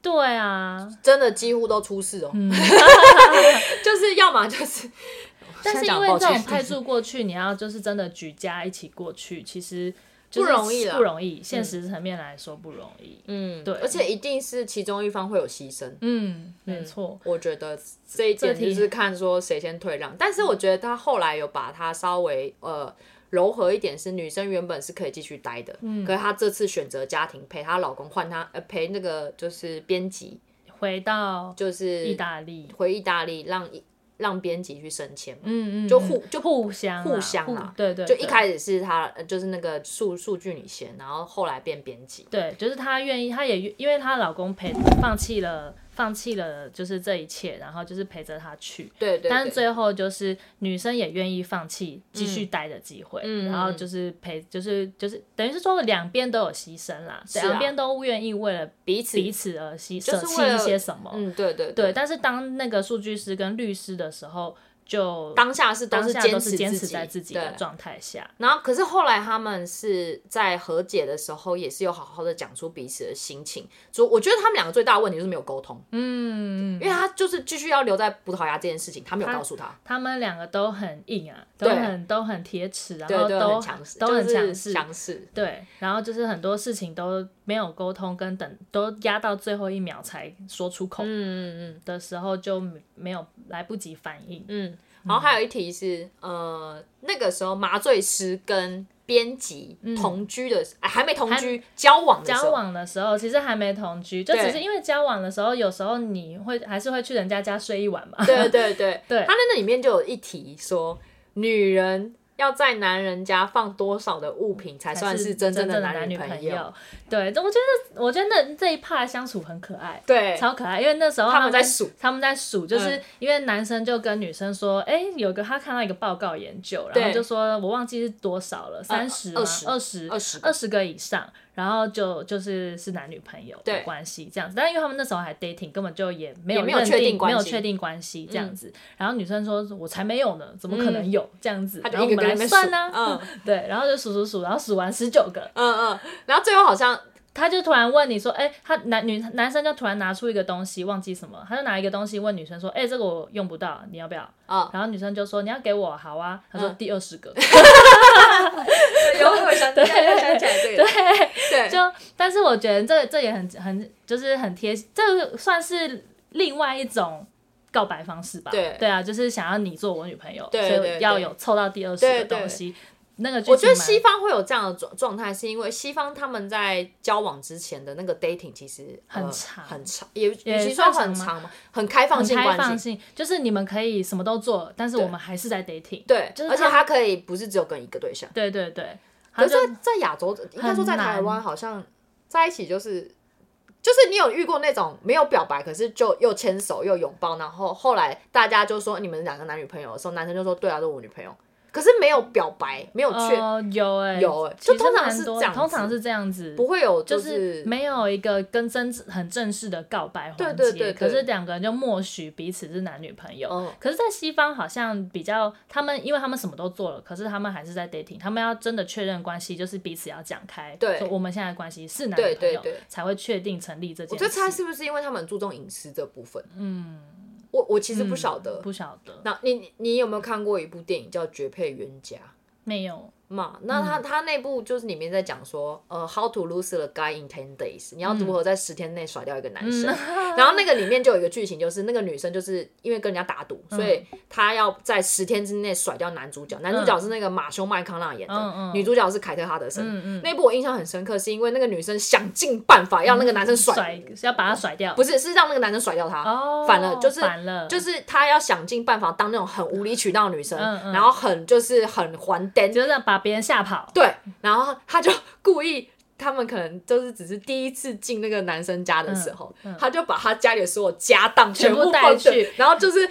S1: 对啊，
S2: 真的几乎都出事哦。
S1: 嗯
S2: 就是要么就是，
S1: 但是
S2: 现在
S1: 因
S2: 讲
S1: 为
S2: 抱
S1: 这
S2: 歉
S1: 种派驻过去，你要就是真的举家一起过去，其实就
S2: 不
S1: 是
S2: 容易啦
S1: 不容易。现实层面来说不容易。
S2: 嗯，
S1: 对
S2: 而且一定是其中一方会有牺牲。
S1: 嗯，没错。
S2: 我觉得这一
S1: 这
S2: 点
S1: 题
S2: 就是看说谁先退让，但是我觉得他后来有把它稍微呃柔和一点，是女生原本是可以继续待的，嗯，可是她这次选择家庭陪她老公换她呃陪那个就是编辑，
S1: 回到
S2: 就是
S1: 意大利，
S2: 回意大利让让编辑去升迁嘛，
S1: 嗯嗯，
S2: 就
S1: 嗯
S2: 互就
S1: 互相
S2: 互
S1: 啦
S2: 相
S1: 互
S2: 啦
S1: 对对，
S2: 就
S1: 对
S2: 一开始是她呃就是那个数数据女先，然后后来变编辑，
S1: 对，就是她愿意，她也愿因为她老公陪放弃了，放弃了就是这一切，然后就是陪着她去。
S2: 对对
S1: 但是
S2: 对，
S1: 最后就是女生也愿意放弃继续待的机会，
S2: 嗯
S1: 然后就是陪，就是就是等于是说两边都有牺牲啦，
S2: 啊
S1: 两边都愿意为了
S2: 彼此
S1: 彼此而牺
S2: 就是
S1: 舍弃
S2: 为了
S1: 一些什么。
S2: 嗯对对
S1: 对，，但是当那个数据师跟律师的时候，就
S2: 当下是都
S1: 当
S2: 是
S1: 下
S2: 坚
S1: 都是坚持
S2: 自己
S1: 在自己的
S2: 对
S1: 状态下，
S2: 然后，可是后来他们是在和解的时候，也是有好好的讲出彼此的心情。所以我觉得他们两个最大的问题就是没有沟通，
S1: 嗯，哦
S2: 因为他就是继续要留在葡萄牙这件事情，他没有
S1: 他
S2: 告诉他，
S1: 他们两个都很硬啊，都
S2: 对
S1: 很都很铁齿，然
S2: 对，
S1: 后
S2: 都
S1: 都
S2: 很强势，
S1: 都很
S2: 就是
S1: 强势，
S2: 强势。
S1: 对，然后就是很多事情都没有沟通，跟等都压到最后一秒才说出口
S2: 嗯嗯
S1: 的时候，就没有来不及反应。
S2: 嗯嗯。然后还有一题是，呃，那个时候麻醉师跟编辑
S1: 嗯
S2: 同居的，哎还没同居，交往的时
S1: 交
S2: 候，
S1: 往的时候其实还没同居，就只
S2: 对
S1: 是因为交往的时候，有时候你会还是会去人家家睡一晚 嘛。
S2: 对对对
S1: 对
S2: 他在那里面就有一题说，女人要在男人家放多少的物品才算
S1: 是
S2: 真正
S1: 的
S2: 的男
S1: 女
S2: 女朋友？
S1: 友。对，我觉得我觉得那这一趴相处很可爱，
S2: 对，
S1: 超可爱，因为那时候
S2: 他们
S1: 们
S2: 在数，
S1: 他们在数，就是
S2: 嗯
S1: 因为男生就跟女生说，哎、有个他看到一个报告研究，然后
S2: 对
S1: 就说我忘记是多少了，三十、吗？
S2: 20
S1: 二十、
S2: 二十
S1: 二十个以上，然后就就是是男女朋友的
S2: 对
S1: 关系这样子。但因为他们那时候还 dating，根本就也没有
S2: 也没有
S1: 认
S2: 确定关
S1: 没
S2: 系嗯
S1: 有确定关系这样子。然后女生说，我才没有呢，怎么可能有、这样子？
S2: 他
S1: 然
S2: 就
S1: 后
S2: 一
S1: 我
S2: 个
S1: 们来
S2: 跟那边数，
S1: 算呢、
S2: 嗯
S1: 对，然后就数数数，然后数完十九个，
S2: 嗯嗯，然后最后好像
S1: 他就突然问你说：“哎、他男女男生就突然拿出一个东西，忘记什么，他就拿一个东西问女生说：‘哎、这个我用不到，你要不要？’
S2: 啊，
S1: 然后女生就说：‘你要给我，好啊。’他说：‘
S2: 嗯
S1: 第二十个。
S2: 有回想，对，想起来这个， 对
S1: 就但是我觉得这这也很很就是很贴心，这个算是另外一种告白方式吧？
S2: 对
S1: 啊，就是想要你做我女朋友，
S2: 对对
S1: 所以
S2: 对
S1: 要有凑到第二十
S2: 对
S1: 个
S2: 对
S1: 东西。那个剧
S2: 我觉得
S1: 情蛮
S2: 西方会有这样的状状态，是因为西方他们在交往之前的那个 dating 其实呃
S1: 很长
S2: 很长，也
S1: 也
S2: 与其说
S1: 算
S2: 很
S1: 长
S2: 长嘛，很开放
S1: 很
S2: 性
S1: 开
S2: 关
S1: 放
S2: 系。
S1: 性，就是你们可以什么都做，但是
S2: 对
S1: 我们还是在 dating。
S2: 对，
S1: 就是
S2: 而且
S1: 他
S2: 他可以不是只有跟一个对象，
S1: 对对对，
S2: 可
S1: 他
S2: 是
S1: 就
S2: 在，在亚洲，应该说在台湾，
S1: 难
S2: 好像在一起就是，就是你有遇过那种没有表白，可是就又牵手又拥抱，然后后来大家就说你们两个男女朋友的时候，男生就说对啊，这是我女朋友，可是没有表白，没有确、
S1: 哦有哎、
S2: 有欸
S1: 其
S2: 就
S1: 实
S2: 通常
S1: 蛮
S2: 是
S1: 多
S2: 这样
S1: 通常
S2: 子
S1: 是这样子，
S2: 不会有
S1: 就是是没有一个跟真很正式的告白环节，
S2: 对对对对
S1: 可是两个人就默许彼此是男女朋友。
S2: 嗯
S1: 可是，在西方好像比较，他们因为他们什么都做了，可是他们还是在 dating，他们要真的确认关系，就是彼此要讲开，
S2: 对
S1: 说我们现在的关系是男
S2: 对
S1: 女朋友，
S2: 对对
S1: 才会确定成立这
S2: 我
S1: 件事。
S2: 就猜是不是因为他们很注重隐私这部分？嗯，我我其实不晓得。
S1: 嗯不晓得，
S2: 那你你你有没有看过一部电影叫《绝配冤家》
S1: 没有，
S2: 嘛？
S1: 嗯
S2: 那他、他那部就是里面在讲说，呃，How to lose a guy in ten days，你要
S1: 嗯
S2: 如何在十天内甩掉一个男生。然后那个里面就有一个剧情，就是那个女生就是因为跟人家打赌，所
S1: 嗯
S2: 以她要在十天之内甩掉男主角。男主角是那个马修麦康纳演的，
S1: 嗯嗯
S2: 女主角是凯特哈德森。
S1: 嗯嗯，
S2: 那部我印象很深刻，是因为那个女生想尽办法要那个男生甩，
S1: 嗯甩要把他甩掉，
S2: 不是是让那个男生甩掉她。
S1: 哦，
S2: 反了就是
S1: 反了，
S2: 就是他要想尽办法当那种很无理取闹的女生，
S1: 嗯嗯
S2: 然后很就是很还单，
S1: 就是让把别人吓跑，
S2: 对，然后他就 故意。他们可能就是只是第一次进那个男生家的时候，
S1: 嗯嗯
S2: 他就把他家里所有家当
S1: 全部
S2: 部
S1: 带
S2: 放着
S1: 去，
S2: 然后就是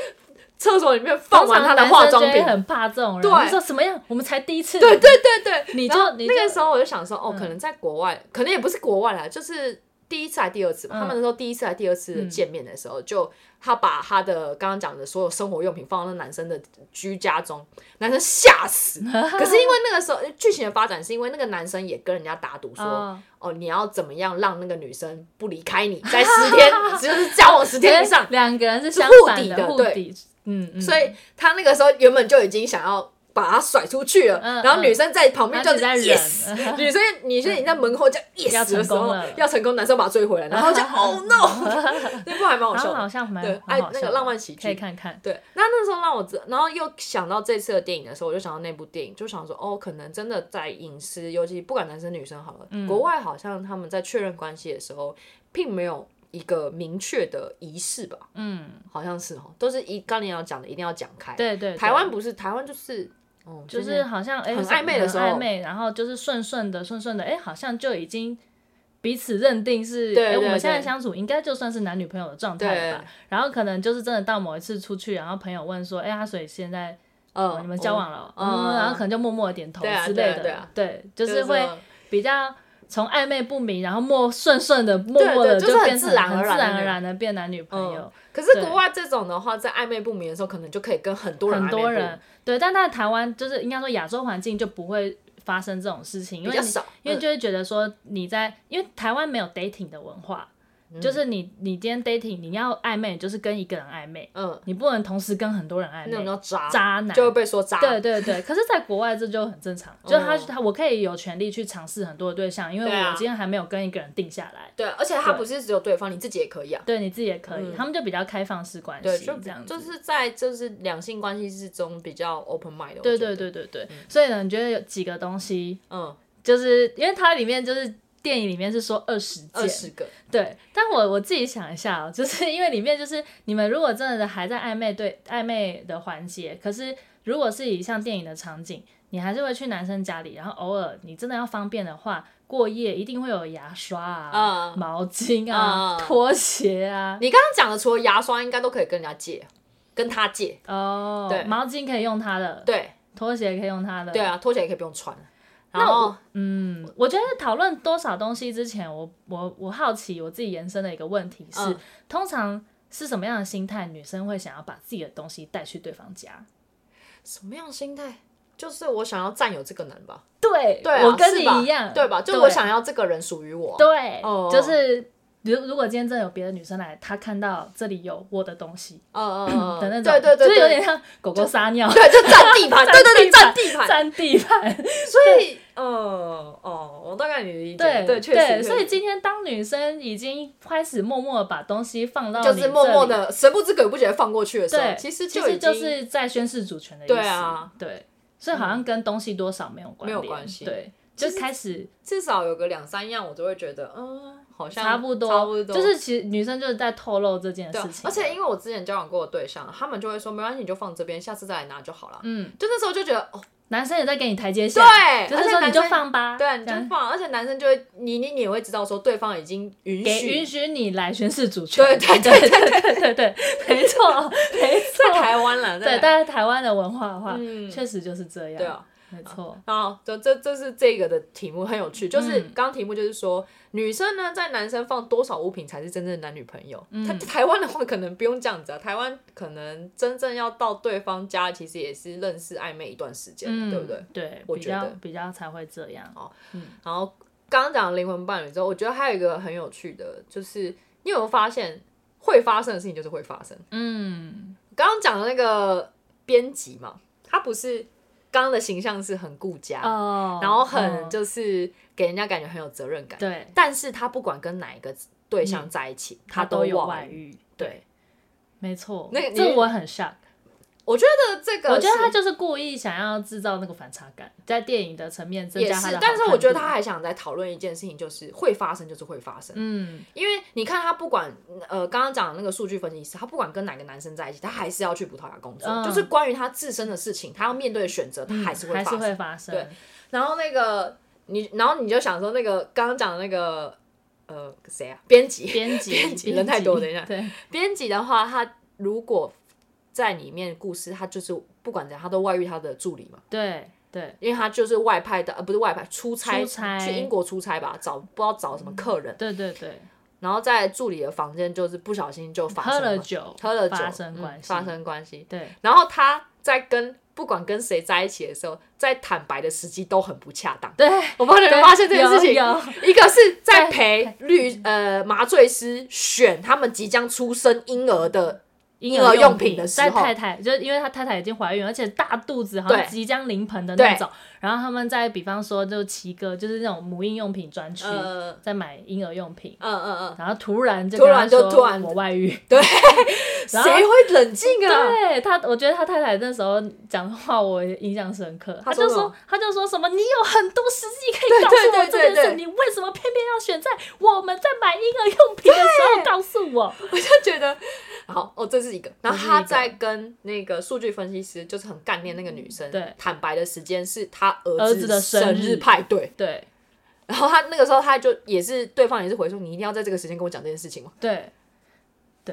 S2: 厕所里面放
S1: 通
S2: 完
S1: 常
S2: 他的
S1: 男
S2: 化
S1: 生
S2: 妆
S1: 就会
S2: 品，
S1: 很怕这种人，
S2: 对
S1: 就说什么样，我们才第一次，
S2: 对对对对，
S1: 你
S2: 然后
S1: 就你就嗯
S2: 那个时候我就想说，哦，可能在国外，可能也不是国外啦，就是第一次还第二次吧。
S1: 嗯
S2: 他们那时候第一次还第二次见面的时候，就他把他的刚刚讲的所有生活用品放到那男生的居家中，男生吓 死。可是因为那个时候剧情的发展，是因为那个男生也跟人家打赌说，哦
S1: 哦
S2: 你要怎么样让那个女生不离开你，在 十天，就是交往十天以上。
S1: 两个人是相
S2: 互
S1: 反
S2: 抵的
S1: 互
S2: 对
S1: 抵，嗯嗯，
S2: 所以他那个时候原本就已经想要把他甩出去了，
S1: 嗯
S2: 然后女生在旁边
S1: 那就
S2: 就
S1: 是在
S2: yes，
S1: 忍，嗯
S2: 女生女生你在门口叫 yes 的
S1: 成
S2: 时
S1: 功
S2: 候
S1: 了
S2: 要成功，男生把他追回来，然后就 oh no，那部还蛮好
S1: 然
S2: 笑
S1: 后
S2: 的
S1: 好。像蛮
S2: 对
S1: 蛮
S2: 哎
S1: 好
S2: 那
S1: 笑
S2: 个
S1: 的
S2: 浪漫喜
S1: 可以
S2: 剧
S1: 看看，
S2: 对，那那时候让我知，然后又想到这次的电影的时候，我就想到那部电影，就想说哦，可能真的在隐私，尤其不管男生女生好了，
S1: 嗯
S2: 国外好像他们在确认关系的时候，并没有一个明确的仪式吧，
S1: 嗯，
S2: 好像是哦，都是一刚你要讲的一定要讲开。
S1: 对对，对
S2: 台湾不是台湾就是，哦，
S1: 就
S2: 之
S1: 是
S2: 前
S1: 好像哎
S2: 很暧昧的时候
S1: 很暧昧，然后就是顺顺的顺顺的，哎，好像就已经。彼此认定是，
S2: 对
S1: 哎，我
S2: 对
S1: 们现在
S2: 对
S1: 相处应该就算是男女朋友的状态了吧
S2: 对。
S1: 然后可能就是真的到某一次出去，然后朋友问说，哎，他所以现在
S2: 呃
S1: 哦你们交往了，
S2: 嗯嗯
S1: 嗯，
S2: 嗯
S1: 然后可能就默默的点头
S2: 对啊
S1: 之
S2: 对啊
S1: 类
S2: 对
S1: 的
S2: 啊，
S1: 对，就
S2: 就是
S1: 会比较从暧昧不明，然后默顺顺的、默默
S2: 对
S1: 的
S2: 就是很
S1: 变成
S2: 自然
S1: 很
S2: 而然
S1: 自然
S2: 的嗯
S1: 而然的变男女朋友，
S2: 可是
S1: 对
S2: 国外这种的话，在暧昧不明的时候，可能就可以跟很多人
S1: 很
S2: 暧昧
S1: 多
S2: 不明
S1: 人对，但在台湾就是应该说亚洲环境就不会发生这种事情，因
S2: 比
S1: 为
S2: 较
S1: 你
S2: 少，
S1: 因为
S2: 嗯
S1: 就会觉得说你在，因为台湾没有 dating 的文化，就是
S2: 嗯
S1: 你你今天 dating 你要暧昧就是跟一个人暧昧，
S2: 嗯，
S1: 你不能同时跟很多人暧
S2: 那种
S1: 昧，
S2: 叫渣，
S1: 渣男
S2: 就会被说渣。
S1: 对对对，可是，在国外这就很正常，就是他
S2: 哦
S1: 他我可以有权利去尝试很多的对象，因为
S2: 对啊
S1: 我今天还没有跟一个人定下来。
S2: 对而且他
S1: 对
S2: 不是只有对方，你自己也可以啊。
S1: 对你自己也可以，
S2: 嗯
S1: 他们就比较开放式关
S2: 对，
S1: 系，
S2: 就
S1: 这样子。
S2: 就是在就是两性关系之中比较 open mind 的。我
S1: 对
S2: 觉
S1: 对
S2: 得，
S1: 对对对，所以呢，你觉得有几个东西，
S2: 嗯，
S1: 就是因为它里面就是电影里面是说二十
S2: 二
S1: 件，
S2: 十个，
S1: 对，但我我自己想一下、哦， 就是因为里面就是你们如果真的还在暧昧对暧昧的环节，可是如果是以像电影的场景，你还是会去男生家里，然后偶尔你真的要方便的话，过夜一定会有牙刷啊、
S2: 嗯
S1: 毛巾啊、
S2: 嗯
S1: 拖鞋啊。
S2: 你刚刚讲的除了牙刷，应该都可以跟人家借，跟他借。
S1: 哦
S2: 嗯对，
S1: 毛巾可以用它的，
S2: 对
S1: 拖鞋可以用它的。
S2: 对啊，拖鞋也可以不用穿。然
S1: 那我
S2: 后
S1: 嗯，我觉得讨论多少东西之前，我我我好奇我自己延伸的一个问题是，
S2: 嗯
S1: 通常是什么样的心态女生会想要把自己的东西带去对方家？
S2: 什么样的心态？就是我想要占有这个男吧，
S1: 对，
S2: 对啊，
S1: 我跟你
S2: 是吧
S1: 一样，
S2: 对吧？就
S1: 对
S2: 我想要这个人属于我，
S1: 对，
S2: 哦
S1: 就是如如果今天真的有别的女生来，她看到这里有我的东西
S2: 嗯 嗯嗯，
S1: 的那种，
S2: 对对对，
S1: 就是有
S2: 对
S1: 点像狗狗撒尿。
S2: 对，就占地盘，对对对，占
S1: 占
S2: 地盘。
S1: 占地盘，
S2: 所以，呃，哦，我大概你的理解，
S1: 对
S2: 对，确实，
S1: 对，
S2: 确实
S1: 所以今天当女生已经开始默默地把东西放到你
S2: 就是默
S1: 这
S2: 默
S1: 里
S2: 的神不知鬼不觉地放过去的时候
S1: 对，，
S2: 其实
S1: 其
S2: 就已
S1: 实就
S2: 经
S1: 是在宣示主权的意思。
S2: 对啊，
S1: 对，所以好像跟东西多少没有关
S2: 没
S1: 联，
S2: 有关系
S1: 对，就开始
S2: 至少有个两三样，我就会觉得，嗯，好像
S1: 差不多，
S2: 差不多，
S1: 就是其实女生就是在透露这件
S2: 对啊
S1: 事情，，啊
S2: 而且因为我之前交往过的对象，他们就会说没关系，你就放这边，下次再来拿就好了。
S1: 嗯，
S2: 就那时候就觉得，哦，
S1: 男生也在给你台阶下，
S2: 对，
S1: 啊就
S2: 而
S1: 是
S2: 且
S1: 说你
S2: 男
S1: 就
S2: 生，
S1: 放吧，
S2: 对，啊你
S1: 这样
S2: 就放，而且男生就会，你你你也会知道说对方已经允
S1: 给
S2: 许
S1: 允许你来宣示主权，
S2: 对对
S1: 对对对对对对，没错没
S2: 在
S1: 错，
S2: 台湾了，
S1: 对，
S2: 对
S1: 但是台湾的文化的话，
S2: 嗯
S1: 确实就是这样，
S2: 对啊，
S1: 没错，
S2: 啊，就这这是这个的题目很有趣，就是
S1: 嗯
S2: 刚刚题目就是说，女生呢在男生放多少物品才是真正的男女朋友？
S1: 嗯
S2: 台台湾的话可能不用这样子啊，台湾可能真正要到对方家，其实也是认识暧昧一段时间，
S1: 嗯，
S2: 对不对？？
S1: 对，
S2: 我
S1: 比
S2: 觉得
S1: 较比较才会这样，
S2: 然后刚刚讲灵魂伴侣之后，我觉得还有一个很有趣的，就是你有没有发现会发生的事情就是会发生？
S1: 嗯，
S2: 刚刚讲的那个编辑嘛，他不是刚刚的形象是很顾家，
S1: 哦，
S2: 然后
S1: 嗯
S2: 很就是给人家感觉很有责任感，
S1: 对，
S2: 但是他不管跟哪一个对象在一起，
S1: 嗯他
S2: 都
S1: 都有
S2: 忘
S1: 外
S2: 了。
S1: 遇，
S2: 对，
S1: 没错，
S2: 那个
S1: 这
S2: 你
S1: 我很 shock。
S2: 我觉得这个
S1: 我觉得他
S2: 是
S1: 就是故意想要制造那个反差感，在电影的层面增
S2: 也
S1: 加他
S2: 是
S1: 的，
S2: 但是
S1: 好看
S2: 我觉得
S1: 度
S2: 他还想再讨论一件事情，就是会发生就是会发生，
S1: 嗯，
S2: 因为你看他不管呃刚刚讲的那个数据分析师，他不管跟哪个男生在一起，他还是要去葡萄牙工作，
S1: 嗯
S2: 就是关于他自身的事情，他要面对的选择，他还是会
S1: 还
S2: 发
S1: 是
S2: 生。
S1: 会发生，
S2: 对然后那个你，然后你就想说那个刚刚讲的那个呃谁啊，编辑，
S1: 编辑
S2: 编辑人太多等一下
S1: 对，
S2: 编辑的话，他如果在里面故事，他就是不管怎样，他都外遇他的助理嘛，
S1: 对对，
S2: 因为他就是外派的，呃，不是外派，出差
S1: 出差
S2: 去英国出差吧，找不知道找什么客人，
S1: 对对对，
S2: 然后在助理的房间就是不小心就发生
S1: 喝了酒，
S2: 喝了酒
S1: 发生关
S2: 嗯
S1: 系，
S2: 发生关系，
S1: 对，
S2: 然后他在跟不管跟谁在一起的时候，在坦白的时机都很不恰当。
S1: 对，
S2: 我不知道你们
S1: 对
S2: 发现这件事情，
S1: 有有
S2: 一个是在陪律呃麻醉师选他们即将出生婴儿的，
S1: 婴
S2: 儿用
S1: 用
S2: 品的时
S1: 在
S2: 候
S1: 太太就是因为他太太已经怀孕，而且大肚子，好像
S2: 对
S1: 即将临盆的
S2: 对
S1: 那种。然后他们在比方说，就奇哥就是那种母婴用品专区，
S2: 呃
S1: 在买婴儿用品，
S2: 嗯嗯嗯，
S1: 然后突然就
S2: 突
S1: 跟他
S2: 然就
S1: 说
S2: 突然
S1: 我 外遇，然后
S2: 谁会冷静啊？
S1: 对他，我觉得他太太那时候讲的话我印象深刻，他
S2: 她说
S1: 就
S2: 什么
S1: 说他就说什么你有很多时机可以告诉我
S2: 对对
S1: 这件
S2: 对对
S1: 事，你为什么偏偏要选在我们在买婴儿用品的时候告诉我？
S2: 我就觉得，好哦，这是一个。然后他在跟那个数据分析师，就是很干练那个女生，
S1: 对
S2: 坦白的时间是他儿
S1: 儿子的生
S2: 生
S1: 日
S2: 派对。
S1: 对
S2: 然后他那个时候他就也是对方也是回说，你一定要在这个时间跟我讲这件事情嘛。
S1: 对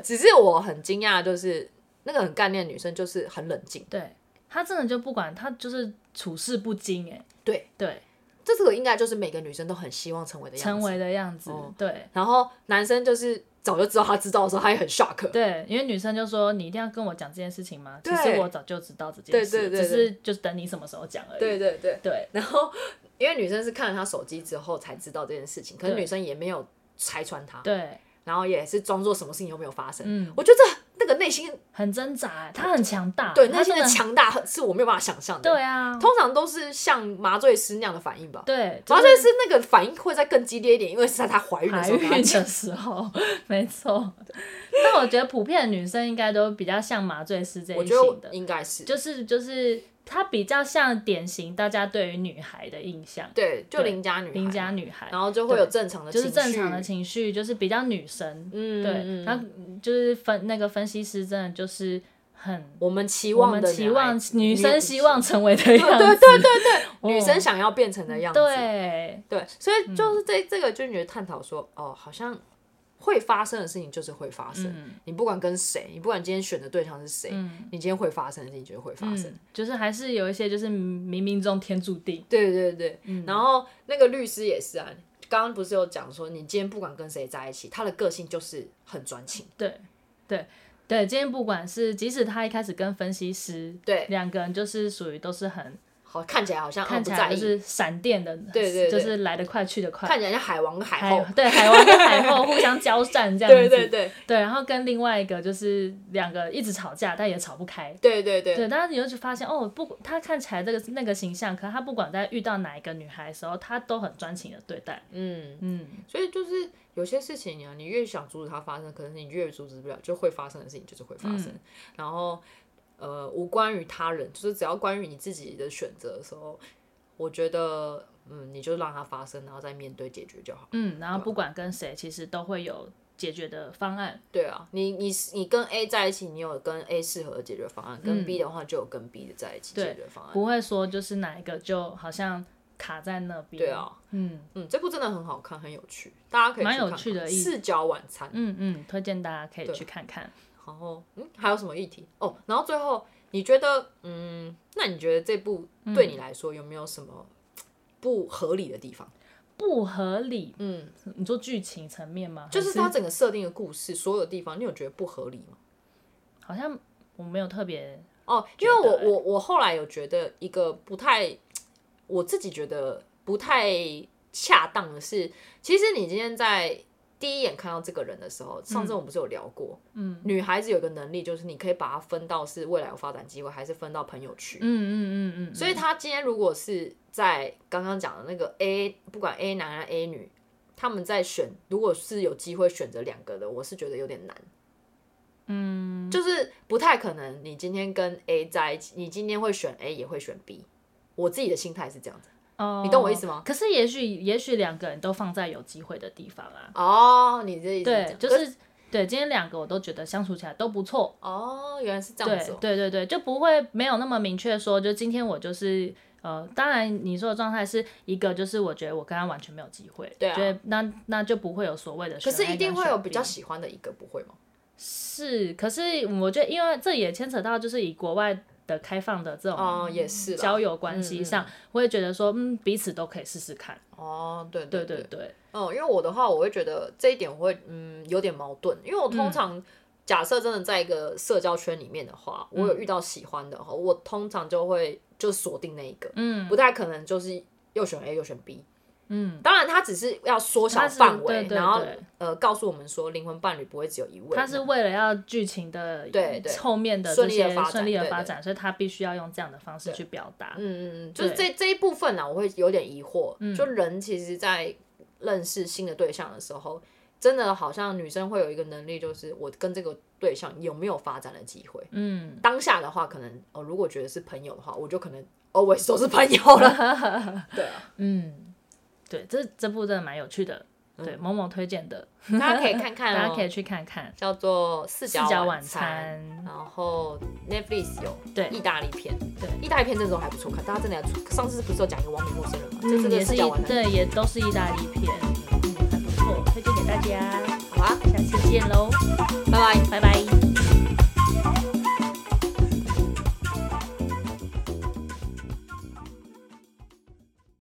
S2: 只是我很惊讶，就是那个很干练的女生就是很冷静，
S1: 对，他真的就不管，他就是处事不惊哎、
S2: 对
S1: 对，
S2: 这个应该就是每个女生都很希望成为的样子。
S1: 成为的样子，
S2: 哦
S1: 对
S2: 然后男生就是早就知道他知道的时候，他也很 shock。
S1: 对，因为女生就说你一定要跟我讲这件事情吗？其
S2: 对
S1: 实我早就知道这件事，
S2: 对对
S1: 只
S2: 对
S1: 是就是等你什么时候讲而已。
S2: 对对对。
S1: 对
S2: 然后因为女生是看了他手机之后才知道这件事情，可是
S1: 对
S2: 女生也没有拆穿他，
S1: 对，
S2: 然后也是装作什么事情都没有发生。
S1: 嗯，
S2: 我觉得这那个内心
S1: 很挣扎、欸，他很强大，
S2: 对
S1: 他
S2: 内心的
S1: 真
S2: 强大很是我没有办法想象的。
S1: 对，啊，
S2: 通常都是像麻醉师那样的反应吧。
S1: 对，
S2: 麻
S1: 就
S2: 醉
S1: 是
S2: 师那个反应会再更激烈一点，因为是在她怀孕的
S1: 怀
S2: 时候跟她
S1: 孕
S2: 讲
S1: 的时候， 没错。但我觉得普遍的女生应该都比较像麻醉师这
S2: 我
S1: 一
S2: 觉
S1: 型
S2: 得
S1: 的，
S2: 应该是
S1: 就是就是她比较像典型大家对于女孩的印象，
S2: 对，就
S1: 对
S2: 邻家女孩，
S1: 邻家女孩
S2: 然，后就会有正常的
S1: 就
S2: 情
S1: 是
S2: 绪，
S1: 正常的情绪，就是比较女神。
S2: 嗯，
S1: 对，然
S2: 嗯
S1: 后就是分那个分析师真的就是很
S2: 我们期
S1: 我
S2: 望
S1: 们
S2: 的
S1: 期
S2: 女孩
S1: 望
S2: 子
S1: 女生希望成为的
S2: 对
S1: 样
S2: 对
S1: 子，
S2: 对对对，
S1: 哦
S2: 女生想要变成的样子，
S1: 对
S2: 对，所
S1: 嗯
S2: 以就是这这个就你觉得探讨说，哦，好像会发生的事情就是会发生，
S1: 嗯
S2: 你不管跟谁，你不管今天选的对象是谁，
S1: 嗯
S2: 你今天会发生的事情就是会发生
S1: 嗯。，就是还是有一些就是冥冥中天注定。
S2: 对对对，
S1: 嗯
S2: 然后那个律师也是啊，刚刚不是有讲说，你今天不管跟谁在一起，他的个性就是很专情，
S1: 对对对，今天不管是即使他一开始跟分析师
S2: 对，
S1: 两个人就是属于都是很
S2: 好看起来好像
S1: 看
S2: 很
S1: 起
S2: 不
S1: 来就
S2: 在意，
S1: 是闪电的，
S2: 对对
S1: 就
S2: 对
S1: 是来得快去得快。
S2: 看起来像海王跟海后
S1: 海，对海王跟海 后互相交战这样
S2: 对
S1: 子，
S2: 对对
S1: 对然后跟另外一个就是两个一直吵架，但也吵不开，
S2: 对对对，
S1: 对，但是你就发现哦，不，他看起来这个那个形象，可他不管在遇到哪一个女孩的时候，他都很专情的对待，
S2: 嗯，
S1: 嗯，
S2: 所以就是有些事情啊，你
S1: 嗯
S2: 越想阻止它发生，可能你越阻止不了，就会发生的事情就是会发生。然后呃无关于他人，就是只要关于你自己的选择的时候，我觉得嗯，你就让它发生，然后再面对解决就好。
S1: 嗯，然后不管跟谁，其实都会有解决的方案。
S2: 对啊，你你你跟 A 在一起，你有跟 A 适合的解决方案，
S1: 嗯
S2: 跟 B 的话就有跟 B 的在一起解决方案。
S1: 不会说就是哪一个就好像卡在那边。
S2: 对，啊，
S1: 嗯
S2: 嗯，这部真的很好看，很有趣，大家可以去
S1: 蛮有
S2: 看看
S1: 趣的一
S2: 视角晚餐。
S1: 嗯嗯，推荐大家可以去看看。
S2: 然后嗯，还有什么议题哦？然后最后你觉得嗯，那你觉得这部
S1: 嗯
S2: 对你来说有没有什么不合理的地方？
S1: 不合理，
S2: 嗯，
S1: 你说剧情层面吗？
S2: 就是
S1: 还
S2: 它整个设定的故事所有地方，你有觉得不合理吗？
S1: 好像我没有特别，
S2: 哦，因为我
S1: 觉得
S2: 我我后来有觉得一个不太，我自己觉得不太恰当的是，其实你今天在第一眼看到这个人的时候，上次我们不是有聊过，
S1: 嗯
S2: 女孩子有个能力就是你可以把它分到是未来有发展机会，还是分到朋友区。
S1: 嗯嗯嗯嗯，
S2: 所以她今天如果是在刚刚讲的那个 A，不管 A 男还是 A 女，他们在选，如果是有机会选择两个的，我是觉得有点难。嗯，就是不太可能，你今天跟 A 在一起，你今天会选 A 也会选 B。我自己的心态是这样子。
S1: 哦
S2: 你懂我意思吗
S1: 可是也许也许两个人都放在有机会的地方啊。
S2: 哦，你这意思
S1: 对，
S2: 讲
S1: 就
S2: 可
S1: 是对，今天两个我都觉得相处起来都不错。
S2: 哦，原来是这
S1: 对
S2: 样子、哦。
S1: 对对对，就不会没有那么明确说，就今天我就是呃，当然你说的状态是一个，就是我觉得我跟他完全没有机会，
S2: 对啊
S1: 觉得那那就不会有所谓的
S2: 可
S1: 选 A 跟选
S2: 是
S1: B。嗯
S2: 一定会有比较喜欢的一个，不会吗？
S1: 是，可是我觉得因为这也牵扯到就是以国外的开放的这种
S2: 哦，也是嗯啦。
S1: 交友关系上，我也觉得说嗯，彼此都可以试试看。
S2: 哦，对
S1: 对
S2: 对
S1: 对对，
S2: 嗯，因为我的话，我会觉得这一点我会嗯有点矛盾，因为我
S1: 嗯
S2: 通常假设真的在一个社交圈里面的话，
S1: 嗯
S2: 我有遇到喜欢的话，我通常就会就锁定那一个，
S1: 嗯
S2: 不太可能就是又选 A 又选 B。
S1: 嗯，
S2: 当然，他只是要缩小
S1: 它是
S2: 范
S1: 对
S2: 围，
S1: 对
S2: 然后
S1: 对
S2: 呃告诉我们说，灵魂伴侣不会只有一位嘛，
S1: 他是为了要剧情的
S2: 对对
S1: 后面的这
S2: 顺利地
S1: 些
S2: 发展
S1: 顺利的
S2: 对
S1: 发
S2: 对
S1: 展，所以他必须要用这样的方式去表达。
S2: 嗯嗯，嗯，就是
S1: 对嗯
S2: 这这一部分啊呢，我会有点疑惑。就人其实，在认识新的对象的时候，真的好像女生会有一个能力，就是我跟这个对象有没有发展的机会。
S1: 嗯，
S2: 当下的话，可能哦，如果觉得是朋友的话，我就可能 always 都是朋友了。 对啊，
S1: 嗯，对，这这部真的蛮有趣的，
S2: 嗯
S1: 对，某某推荐
S2: 哦
S1: 的，
S2: 大家可以看看、哦，
S1: 大家可以去看看。
S2: 叫做四
S1: 四角晚
S2: 晚啊
S1: 餐，
S2: 然后 Netflix 有
S1: 对
S2: 意大利片，
S1: 对
S2: 意大利片这时候还不错看，大家真的要出上次不是有讲一个完美陌生人吗？这次
S1: 嗯，
S2: 的
S1: 也
S2: 四
S1: 是
S2: 角
S1: 意
S2: 晚餐，
S1: 对，也都是意大利片，嗯，还不错，推荐给大家，
S2: 好吧。
S1: 下次见喽，